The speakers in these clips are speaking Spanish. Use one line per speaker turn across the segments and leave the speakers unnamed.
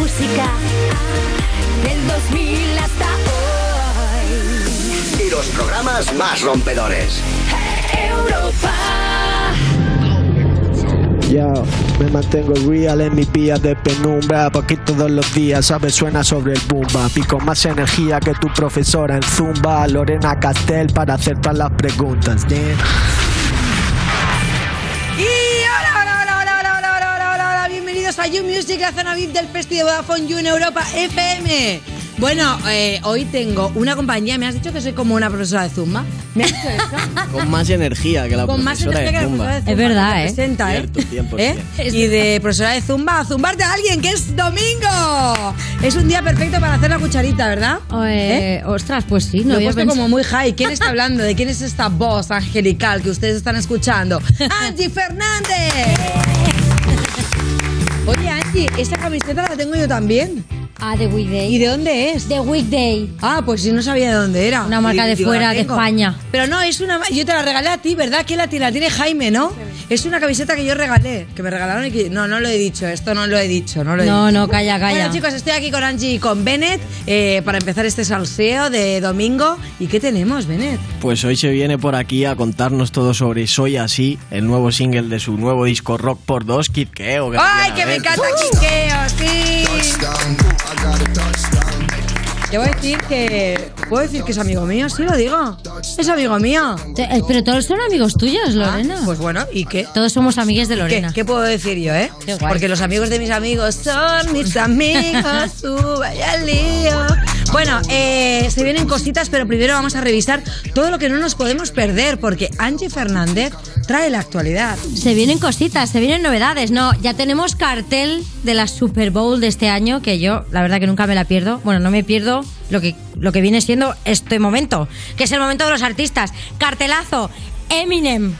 música del 2000 hasta hoy.
Y los programas más rompedores.
Europa.
Yo me mantengo real en mi vía de penumbra, porque todos los días, ¿sabes? Suena sobre el bumba. Pico más energía que tu profesora en Zumba, Lorena Castel, para acertar las preguntas. ¿eh?
a You Music, la zona VIP del Festival de Vodafone You en Europa FM. Bueno, eh, hoy tengo una compañía. Me has dicho que soy como una profesora de Zumba. ¿Me has dicho eso?
Con más energía que la
Con más
profesora de
energía que la
Zumba.
profesora de Zumba.
Es verdad,
que
¿eh?
representa, ¿eh?
Cierto, 100%.
¿eh? Y de profesora de Zumba a zumbarte a alguien, que es domingo. Es un día perfecto para hacer la cucharita, ¿verdad?
O, eh, Ostras, pues sí, no
Lo he
había
puesto
pensado.
como muy high. ¿Quién está hablando? ¿De quién es esta voz angelical que ustedes están escuchando? ¡Angie Fernández! Oye, Angie, esta camiseta la tengo yo también.
Ah, de Weekday.
¿Y de dónde es?
De Weekday.
Ah, pues si no sabía de dónde era.
Una marca de
Digo, la
fuera, de
tengo.
España.
Pero no, es una. Yo te la regalé a ti, ¿verdad? Que la, ti- la tiene Jaime, ¿no? Es una camiseta que yo regalé, que me regalaron y que. No, no lo he dicho, esto no lo he dicho, no lo he
No,
dicho.
no, calla, calla.
Bueno, chicos, estoy aquí con Angie y con Bennett eh, para empezar este salseo de domingo. ¿Y qué tenemos, Bennett?
Pues hoy se viene por aquí a contarnos todo sobre Soy Así, el nuevo single de su nuevo disco Rock por Dos, Kid Keo.
¡Ay, que me encanta Quiqueo! ¡Sí! Debo decir que. ¿Puedo decir que es amigo mío? Sí, lo digo. Es amigo mío.
Te- eh, Pero todos son amigos tuyos, Lorena.
Ah, pues bueno, ¿y qué?
Todos somos amigues de
¿Qué,
Lorena.
qué puedo decir yo, eh?
Qué guay.
Porque los amigos de mis amigos son mis amigos. su vaya lío. Bueno, eh, se vienen cositas, pero primero vamos a revisar todo lo que no nos podemos perder, porque Angie Fernández trae la actualidad.
Se vienen cositas, se vienen novedades. No, ya tenemos cartel de la Super Bowl de este año, que yo la verdad que nunca me la pierdo. Bueno, no me pierdo lo que, lo que viene siendo este momento, que es el momento de los artistas. Cartelazo, Eminem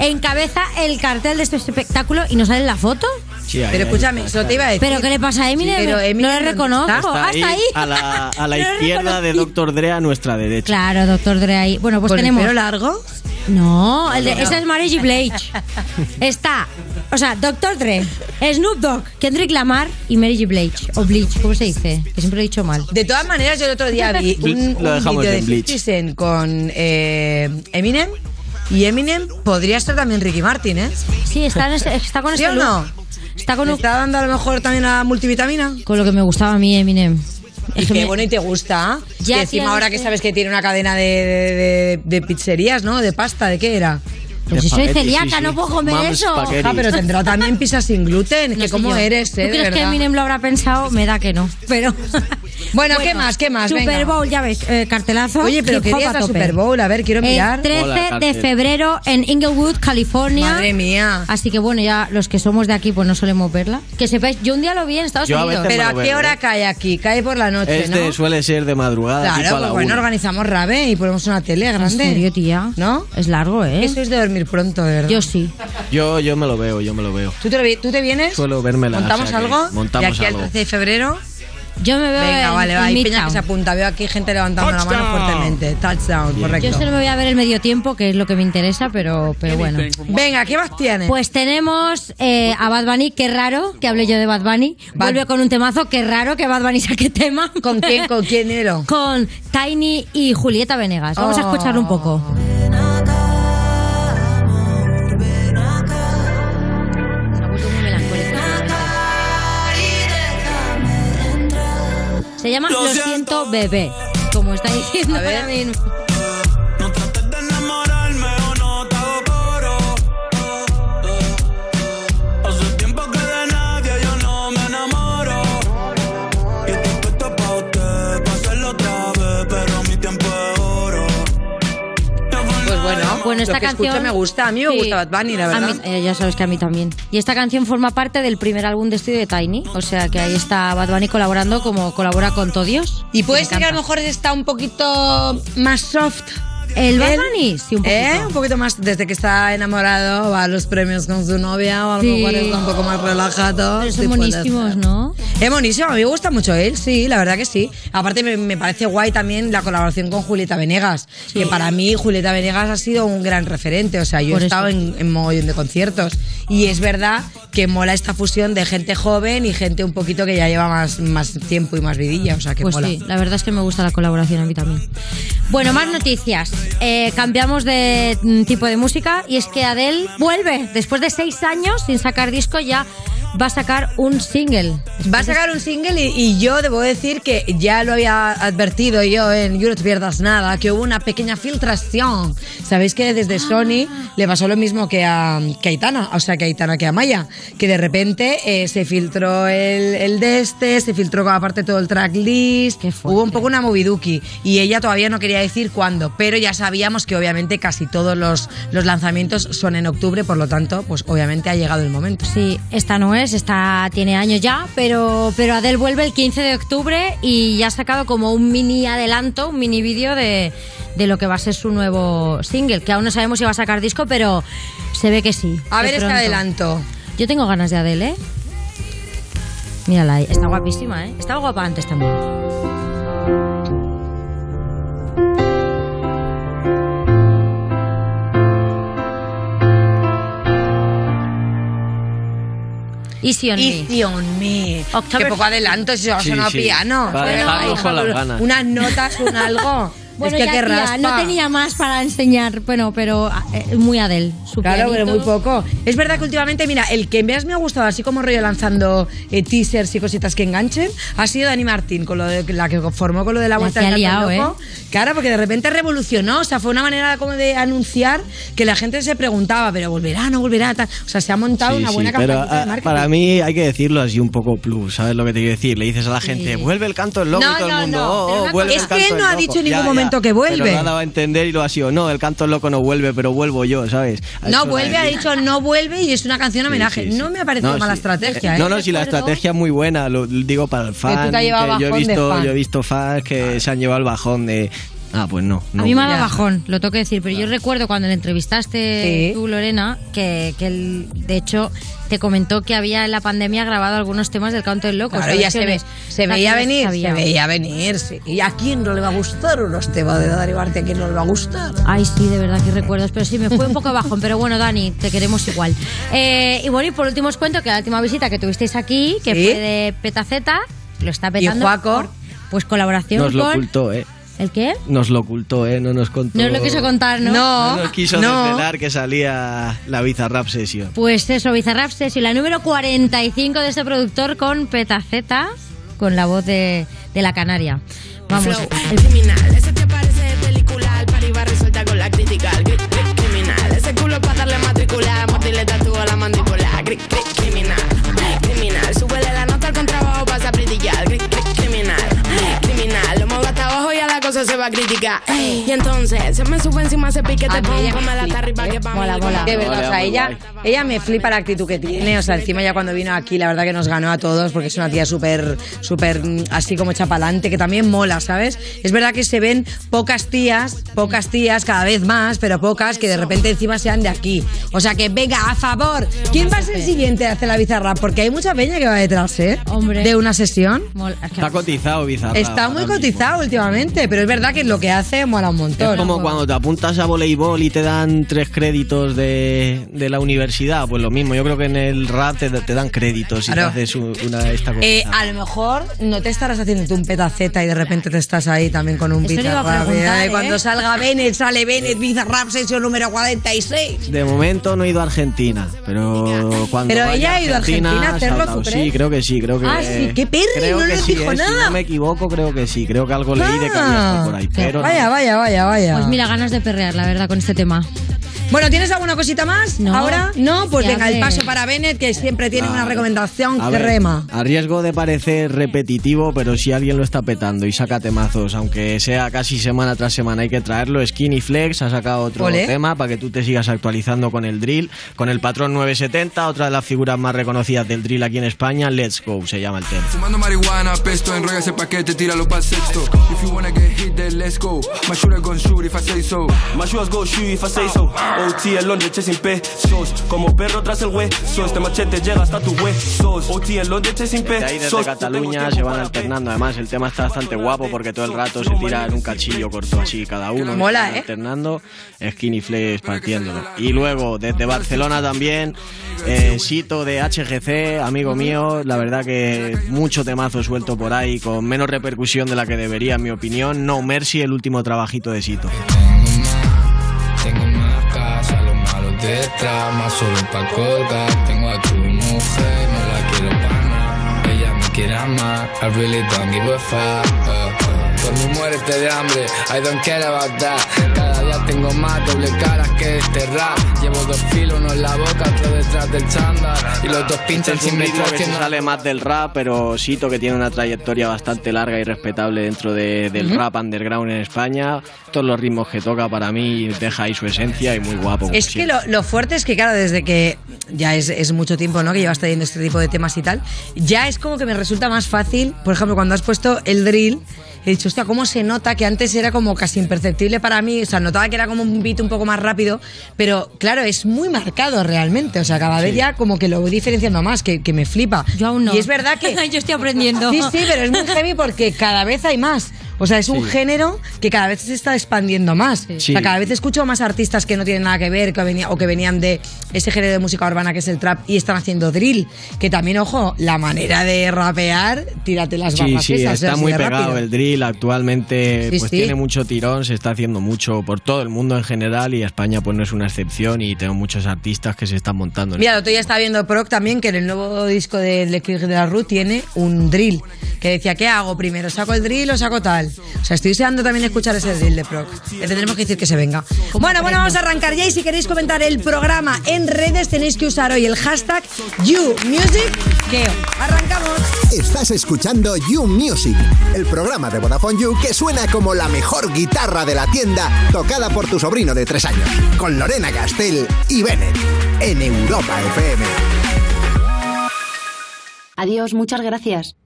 encabeza el cartel de este espectáculo y nos sale la foto.
Pero escúchame, eso te iba a decir.
¿Pero qué le pasa a Eminem?
Sí, pero Eminem,
no le
¿dónde
reconozco.
está?
Hasta ahí.
A la, a la
No le
izquierda de
reconocí.
Dr. Dre a nuestra derecha.
Claro, doctor Dre ahí. Bueno, pues
¿Con
tenemos.
el pelo largo?
No, el de- esa es Margie Blige. Está, o sea, Doctor Dre, Snoop Dogg, Kendrick Lamar y Mary J. Blige. O Bleach, ¿cómo se dice? Que siempre lo he dicho mal.
De todas maneras, yo el otro día vi
Bleach,
un,
lo
un
dejamos
vídeo de
en Bleach.
50 Cent con eh, Eminem. Y Eminem podría ser también Ricky Martin, ¿eh?
Sí, está, en ese- está con
¿Sí
este
o no?
look. Está con,
¿Le
un-
está dando a lo mejor también a multivitamina?
con lo que me gustaba a mí, Eminem.
Y
Es que
qué
me-
bueno y te gusta.
Ya
y
hacían
encima ahora que
este-
sabes que tiene una cadena de, de- de- de pizzerías, ¿no? De pasta, ¿de qué era?
Pues si soy
Espagueti, sí,
celíaca,
sí.
no puedo comer
Mams,
eso.
espagueti.
Ah, pero tendrá también pizza sin gluten.
No
que
sé
cómo
yo.
eres,
¿Tú
¿eh? De
crees que
verdad.
Eminem lo habrá pensado? Me da que no. Pero.
Bueno, ¿qué más? ¿Qué más?
Super
Venga.
Bowl, ya ves, eh, cartelazo.
Oye, pero
hip
¿qué
hop
día
a
es la
tope.
Super Bowl? A ver, quiero mirar.
El 13
Hola,
de
cartel.
febrero en Inglewood, California.
Madre mía.
Así que bueno, ya los que somos de aquí, pues no solemos verla. Que sepáis, yo un día lo vi en Estados
Yo a
Unidos.
veces-
Pero ¿a
Bueno,
qué
bueno.
hora cae aquí? Cae por la noche,
Este
¿no?
suele ser de madrugada. tipo a
Claro,
la
pues bueno,
una.
organizamos rave y ponemos una tele
¿En
grande.
serio, tía?
¿No?
Es largo, ¿eh?
Eso es de dormir pronto, de ¿verdad?
Yo sí.
Yo, yo me lo veo, yo me lo veo.
¿Tú, te, vi- tú te vienes?
Suelo vérmela,
¿Montamos
o sea que
algo?
montamos
y aquí
algo.
el 13 de febrero.
Yo me veo
Venga,
en,
vale,
en
va. Hay peña
Midtown.
que se apunta. Veo aquí gente levantando la mano
Touchdown.
fuertemente. Touchdown,
Yo
correcto.
solo me voy a ver el medio tiempo, que es lo que me interesa, pero, pero bueno.
Venga, ¿qué más tienes?
Pues tenemos eh, a Bad Bunny, qué raro que hable yo de Bad Bunny.
Bad-
Vuelve con un temazo, qué raro que Bad Bunny saque tema.
¿Con quién? ¿Con quién era?
Con Tiny y Julieta Venegas. Vamos a
Oh.
escucharlo un poco. Se llama Lo siento, bebé. Como está diciendo
A ver.
ahora mismo.
No trates de enamorarme o no te hago coro. Hace tiempo que de nadie yo no me enamoro. Y estoy puesto pa' usted, pa' hacerlo otra vez, pero mi tiempo es oro.
Pues bueno,
Bueno, esta
lo que
canción.
escucho me gusta. A mí me
Sí.
gusta Bad Bunny, la
A
verdad.
mí- eh, ya sabes que a mí también. Y esta canción forma parte del primer álbum de estudio de Tiny. O sea que ahí está Bad Bunny colaborando como colabora con Todios.
Y puede ser que a
encanta.
lo mejor está un poquito más soft.
¿El Bad
Él-
Bunny? Sí, un poquito.
¿Eh? Un poquito más. Desde que está enamorado, va a los premios con su novia o a lo
Sí.
mejor está un poco más relajado.
Pero
Sí,
son
puede
monísimos,
ser.
¿no?
Es buenísimo, a mí me gusta mucho él, sí, la verdad que sí. Aparte me, me parece guay también la colaboración con Julieta Venegas, que para mí Julieta Venegas ha sido un gran referente, o sea, yo
Por
he estado
eso.
en, en mogollón de conciertos y es verdad que mola esta fusión de gente joven y gente un poquito que ya lleva más, más tiempo y más vidilla, o sea que
Pues
mola.
sí, la verdad es que me gusta la colaboración a mí también. Bueno, más noticias. Eh, cambiamos de mm, tipo de música y es que Adele vuelve. Después de seis años sin sacar disco, ya va a sacar un single.
Va a sacar un single y, y yo debo decir que ya lo había advertido yo en You No Te Pierdas Nada, que hubo una pequeña filtración. Sabéis que
Ah.
desde Sony le pasó lo mismo que a, que a Aitana, o sea, que a Aitana que a Maya, que de repente eh, se filtró el, el de este, se filtró aparte todo el tracklist,
Qué fuerte.
hubo un poco una moviduki y ella todavía no quería decir cuándo, pero ya sabíamos que obviamente casi todos los, los lanzamientos son en octubre, por lo tanto, pues obviamente ha llegado el momento.
Sí, esta no es, esta tiene años ya, pero, pero Adele vuelve el 15 de octubre y ya ha sacado como un mini adelanto, un mini vídeo de, de lo que va a ser su nuevo single, que aún no sabemos si va a sacar disco, pero se ve que sí.
A
de
ver este
pronto.
adelanto.
Yo tengo ganas de Adele, ¿eh? Mírala, ahí, está guapísima, ¿eh? Estaba guapa antes también. Easy on me.
Easy on me.
October-
Qué poco adelanto si ha
Sí,
sonado
sí.
piano.
Para
Bueno,
dejarlo
hija,
con las
pero
ganas.
Unas notas, un algo.
Bueno,
es que
ya,
qué
tía,
raspa.
no tenía más para enseñar, bueno, pero eh, muy Adele. su
Claro, pero
pianito.
muy poco. Es verdad que últimamente, mira, el que más me ha gustado, así como rollo lanzando eh, teasers y cositas que enganchen, ha sido Dani Martín, con lo de, la que formó con lo de la
La
vuelta
que
del
ha
gato
liado, ¿eh?
loco. Claro, porque de repente revolucionó, o sea, fue una manera como de anunciar que la gente se preguntaba, pero volverá, no volverá, tal. O sea, se ha montado
Sí,
una
sí,
buena
pero
campaña de
ah,
marketing.
para mí hay que decirlo así un poco plus, ¿sabes lo que te quiero decir? Le dices a la gente, vuelve el canto del loco
No,
y todo
no,
el mundo,
no,
"Oh,
pero
oh,
una
vuelve
cosa-
el
Es que
canto
él
del
no ha
loco".
dicho en ningún momento que vuelve.
Pero nada va a entender y lo ha sido, no, el canto del loco no vuelve, pero vuelvo yo, ¿sabes? Ha hecho
No
la
vuelve, ha
de-
dicho no vuelve y es una canción
Sí,
homenaje.
sí, sí.
No me ha parecido
No,
mala
sí.
estrategia.
Eh,
¿eh?
No, no, si la estrategia es muy buena, lo digo para el fan.
te has llevado
que yo, he
bajón de
visto,
fan.
yo he visto fans que se han llevado el bajón de. Ah, pues no. no
A mí me ha dado
Ya.
bajón, lo tengo que decir, pero yo recuerdo cuando le entrevistaste
Sí.
tú, Lorena, que, que él, de hecho, te comentó que había en la pandemia grabado algunos temas del Canto del Loco.
Claro,
¿sabes
ya se, ve,
quién es?
se
O sea, que ya
veía
se
venir,
sabía.
se veía venir. sí. ¿Y a quién no le va a gustar unos temas de Dani Martín? ¿A quién no le va a gustar?
Ay, sí, de verdad que recuerdos, pero sí, me fue un poco bajón, pero bueno, Dani, te queremos igual. Eh, y bueno, y por último os cuento que la última visita que tuvisteis aquí, que
Sí.
fue de Petaceta, lo está petando.
Juaco?
por- Pues colaboración
Nos lo
con...
ocultó, ¿eh?
¿El qué?
Nos lo ocultó, ¿eh? No nos contó.
No os lo quiso
Ah,
contar, ¿no?
No nos quiso
no.
desvelar que salía la Bizarrap Session.
Pues eso, Bizarrap y la número 45 de este productor con Petaceta, con la voz de, de la Canaria. Vamos.
Flow, el criminal, ese que parece de película, el pariba resuelta con la crítica, el gri- gri- criminal, ese culo para darle matrícula, mordirle tatúa la mandíbula, gri- gri- criminal, criminal, súbele la nota al contrabajo, pasa a criticar, gri- gri- criminal, criminal, lo muevo hasta abajo y a la cosa se va a criticar, y entonces se me sube encima ese piquete,
A mí Ah, ella
pum, pum,
me
me la
flipa,
tarriba
¿eh?
que pa'
Mola,
mí,
mola.
De verdad,
Hola,
o sea,
muy
ella,
guay.
ella me flipa la actitud que tiene. O sea, encima ya cuando vino aquí, la verdad que nos ganó a todos porque es una tía súper, súper mm, así como chapalante, que también mola, ¿sabes? Es verdad que se ven pocas tías, pocas tías, cada vez más, pero pocas que de repente encima sean de aquí. O sea, que venga, a favor. ¿Quién va a ser el siguiente a hacer la bizarra? Porque hay mucha peña que va detrás, ¿eh?
Hombre.
De una sesión.
Mola, es que-
Está cotizado Bizarrap.
Está muy
ahora mismo.
cotizado últimamente, pero es verdad que lo que hace mola un montón.
Es como cuando te apuntas a voleibol y te dan tres créditos de, de la universidad. Pues lo mismo, yo creo que en el rap te, te dan créditos y
Claro.
te haces un- una esta cosa.
Eh, a lo mejor no te estarás haciendo tú un petaceta y de repente te estás ahí también con un
Eso le iba a
bizarrap.
preguntar,
Ay,
¿eh?
Cuando salga Bennett, sale Bennett, bizarrap sesión número 46.
De momento no he ido a Argentina, pero cuando
Pero
vaya
ella ha ido a Argentina a hacerlo,
se ha hablado.
¿tú crees?
Sí, creo que sí, creo que.
Ah, sí, qué perri,
creo
no
que
les
sí,
dijo
eh, Si
nada. Ah,
no me equivoco, creo que sí. Creo que algo leí de que había estado por ahí. Pero
Vaya, vaya, vaya, vaya.
Ah. Pues mira, ganas de perrear, la verdad, con este tema.
Bueno, ¿tienes alguna cosita más?
No.
¿Ahora? No, pues
Ya
venga, el
ves.
paso para Bennett, que siempre tiene una recomendación
A
que
ver,
rema.
A riesgo de parecer repetitivo, pero si alguien lo está petando y saca temazos, aunque sea casi semana tras semana, hay que traerlo. Skinny Flex ha sacado otro
Ole.
tema para que tú te sigas actualizando con el drill, con el patrón 970, otra de las figuras más reconocidas del drill aquí en España. Let's go, se llama el tema.
Fumando marihuana, pesto, enrolla ese paquete, tíralo pa'l sexto. If you wanna get hit, then let's go. My shooter gon' shoot if I say so. My shooters gon' shoot if I say so.
OT en Londres, che sin pesos. Como perro tras el hueso. Este machete llega hasta tus huesos. OT en Londres, che sin
De ahí desde
pesos.
Cataluña se van alternando. Además, el tema está bastante guapo porque todo el rato se tira en un cachillo corto así cada uno. Se
Mola,
van
¿eh?
Alternando, skinny flex partiéndolo. Y luego, desde Barcelona también, eh, Sito de HGC, amigo mío. La verdad que mucho temazo suelto por ahí, con menos repercusión de la que debería, en mi opinión. No Mercy, el último trabajito de Sito.
Tengo más casa, los malos detrás, más solo pa' colgar. Tengo a tu mujer, no la quiero pa' nada. Ella me quiere amar, I really don't give a fuck. Uh, uh. Por mí muérete de hambre, I don't care about that. Cada día tengo más doble caras que este rap. Llevo dos filos, uno en la boca, otro detrás del chándal. Y los dos
Este
pinchan
es un
sin
ritmo
mezclar
que
que
se
no
sale más del rap, pero Sito que tiene una trayectoria bastante larga y respetable dentro de- del rap underground en España. Todos los ritmos que toca para mí deja ahí su esencia y muy guapo.
Es que lo, lo fuerte es que, claro, desde que ya es, es mucho tiempo ¿no? que llevas trayendo este tipo de temas y tal, ya es como que me resulta más fácil, por ejemplo, cuando has puesto el drill, he dicho, hostia, cómo se nota que antes era como casi imperceptible para mí, o sea, notaba que era como un beat un poco más rápido, pero claro, es muy marcado realmente, o sea, cada vez ya como que lo voy diferenciando más, que, que me flipa.
Yo aún no.
Y es verdad que...
Yo estoy aprendiendo.
Sí, sí, pero es muy heavy porque cada vez hay más. O sea, es un género que cada vez se está expandiendo más.
Sí.
O sea, cada vez escucho más artistas que no tienen nada que ver que venía- o que venían de ese género de música urbana que es el trap y están haciendo drill. Que también, ojo, la manera de rapear, tírate las
Sí,
barbas
sí,
esas,
está
así
muy
de
pegado
rápido.
el drill actualmente,
Sí,
pues
sí.
tiene mucho tirón, se está haciendo mucho por todo el mundo en general y España pues no es una excepción y tengo muchos artistas que se están montando. en este
Mira, el otro día estaba viendo Proc también que en el nuevo disco de Le Quick de la Rue tiene un drill. Que decía, ¿qué hago primero? ¿Saco el drill o saco tal? O sea, estoy deseando también escuchar ese drill de Proc. Le tendremos que decir que se venga. Bueno, bueno, vamos a arrancar ya y si queréis comentar el programa en redes tenéis que usar hoy el hashtag YouMusicGeo. Arrancamos.
Estás escuchando You Music, el programa de Vodafone You que suena como la mejor guitarra de la tienda tocada por tu sobrino de tres años, con Lorena Castell y Bennett, en Europa FM.
Adiós, muchas gracias.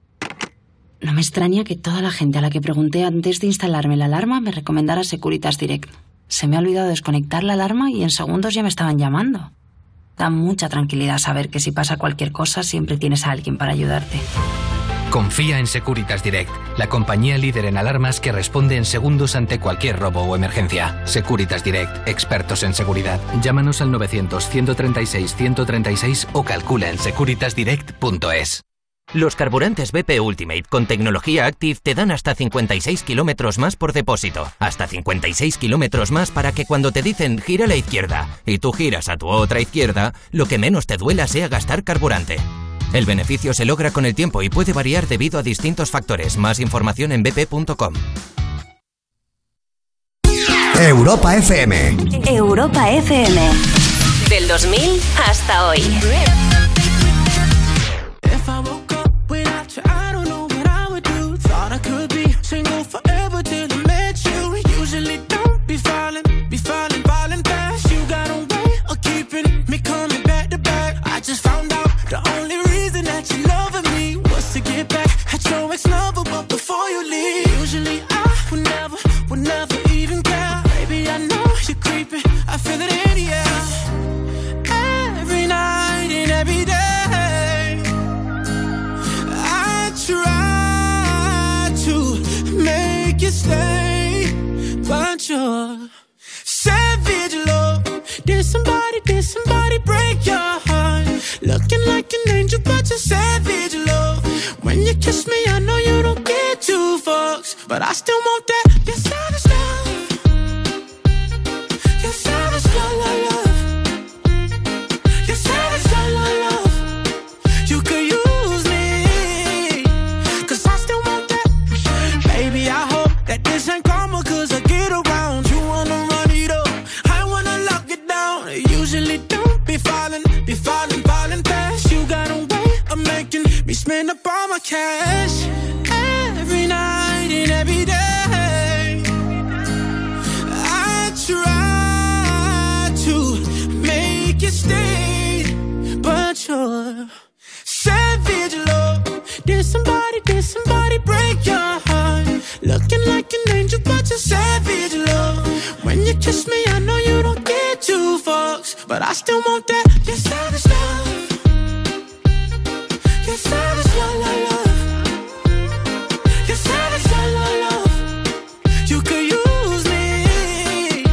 No me extraña que toda la gente a la que pregunté antes de instalarme la alarma me recomendara Securitas Direct. Se me ha olvidado desconectar la alarma y en segundos ya me estaban llamando. Da mucha tranquilidad saber que si pasa cualquier cosa siempre tienes a alguien para ayudarte.
Confía en Securitas Direct, la compañía líder en alarmas que responde en segundos ante cualquier robo o emergencia. Securitas Direct, expertos en seguridad. Llámanos al 900-136-136 o calcula en securitasdirect.es.
Los carburantes BP Ultimate con tecnología Active te dan hasta 56 kilómetros más por depósito. Hasta 56 kilómetros más para que cuando te dicen gira a la izquierda y tú giras a tu otra izquierda, lo que menos te duela sea gastar carburante. El beneficio se logra con el tiempo y puede variar debido a distintos factores. Más información en bp.com.
Europa FM.
Europa FM. Del 2000 hasta hoy.
If I woke up without you, I don't know what I would do. Thought I could be single forever till I met you. Usually don't be falling, be falling, falling fast. You got a way of keeping me coming back to back. I just found out the only reason that you loving me was to get back at your ex lover. But before you leave, usually I would never, would never even care. Baby, I know you're creeping, I feel it in the air. Every night and every day. I try to make you stay, but you're savage love. Did somebody, did somebody break your heart? Looking like an angel, but you're savage love. When you kiss me, I know you don't get two fucks, but I still want that. You're savage love. You're savage love, love, love. You're savage love, love, love. You could use me. Cause I still want that. Baby, I hope that this ain't karma. Cause I get around. You wanna run it up. I wanna lock it down. Usually don't be falling, be falling, falling fast. You got a way of making me spend up all my cash. Every night and every day. I try to make you stay, but you're savage love. Did somebody, did somebody break your heart? Looking like an angel, but you're savage love. When you kiss me, I know you don't get too far. drugs, but I still want that. Your savage love. Your savage love, love, love. Your savage love, love, love. You could use me.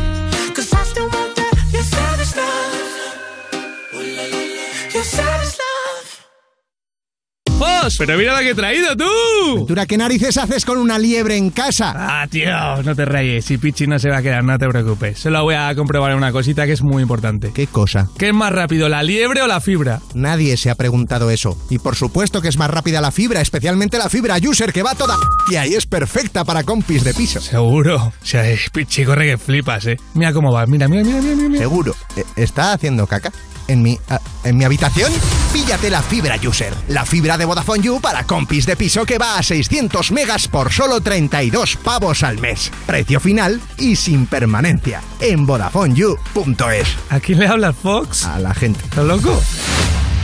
Cause I still want that. Your savage love. Your savage love.
¡Vos! ¡Pero mira la que he traído tú!
Ventura, ¿qué narices haces con una liebre en casa?
Ah, tío, no te rayes. Si Pichi no se va a quedar, no te preocupes. Solo voy a comprobar una cosita que es muy importante.
¿Qué cosa?
¿Qué es más rápido, la liebre o la fibra?
Nadie se ha preguntado eso. Y por supuesto que es más rápida la fibra, especialmente la fibra user que va toda y ahí es perfecta para compis de piso.
Seguro. O sea, eh, Pichi, corre que flipas, eh. Mira cómo va. Mira, mira, mira, mira, mira.
Seguro. Eh, ¿Está haciendo caca? ¿En mi, a- ¿En mi habitación? Píllate la fibra user. La fibra de Vodafone You para compis de piso que va a 600 megas por solo 32 pavos al mes. Precio final y sin permanencia. En VodafoneYou.es.
¿A quién le hablas, Fox?
A la gente.
¿Estás loco?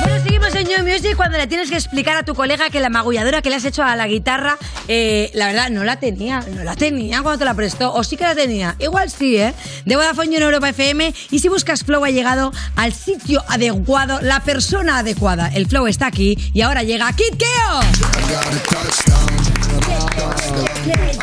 Bueno, seguimos en New Music cuando le tienes que explicar a tu colega que la magulladora que le has hecho a la guitarra, eh, la verdad, no la tenía, no la tenía cuando te la prestó, o sí que la tenía, igual sí, ¿eh? De Vodafone You en Europa FM, y si buscas Flow ha llegado al sitio adecuado, la persona adecuada. El Flow está aquí, y ahora llega Kid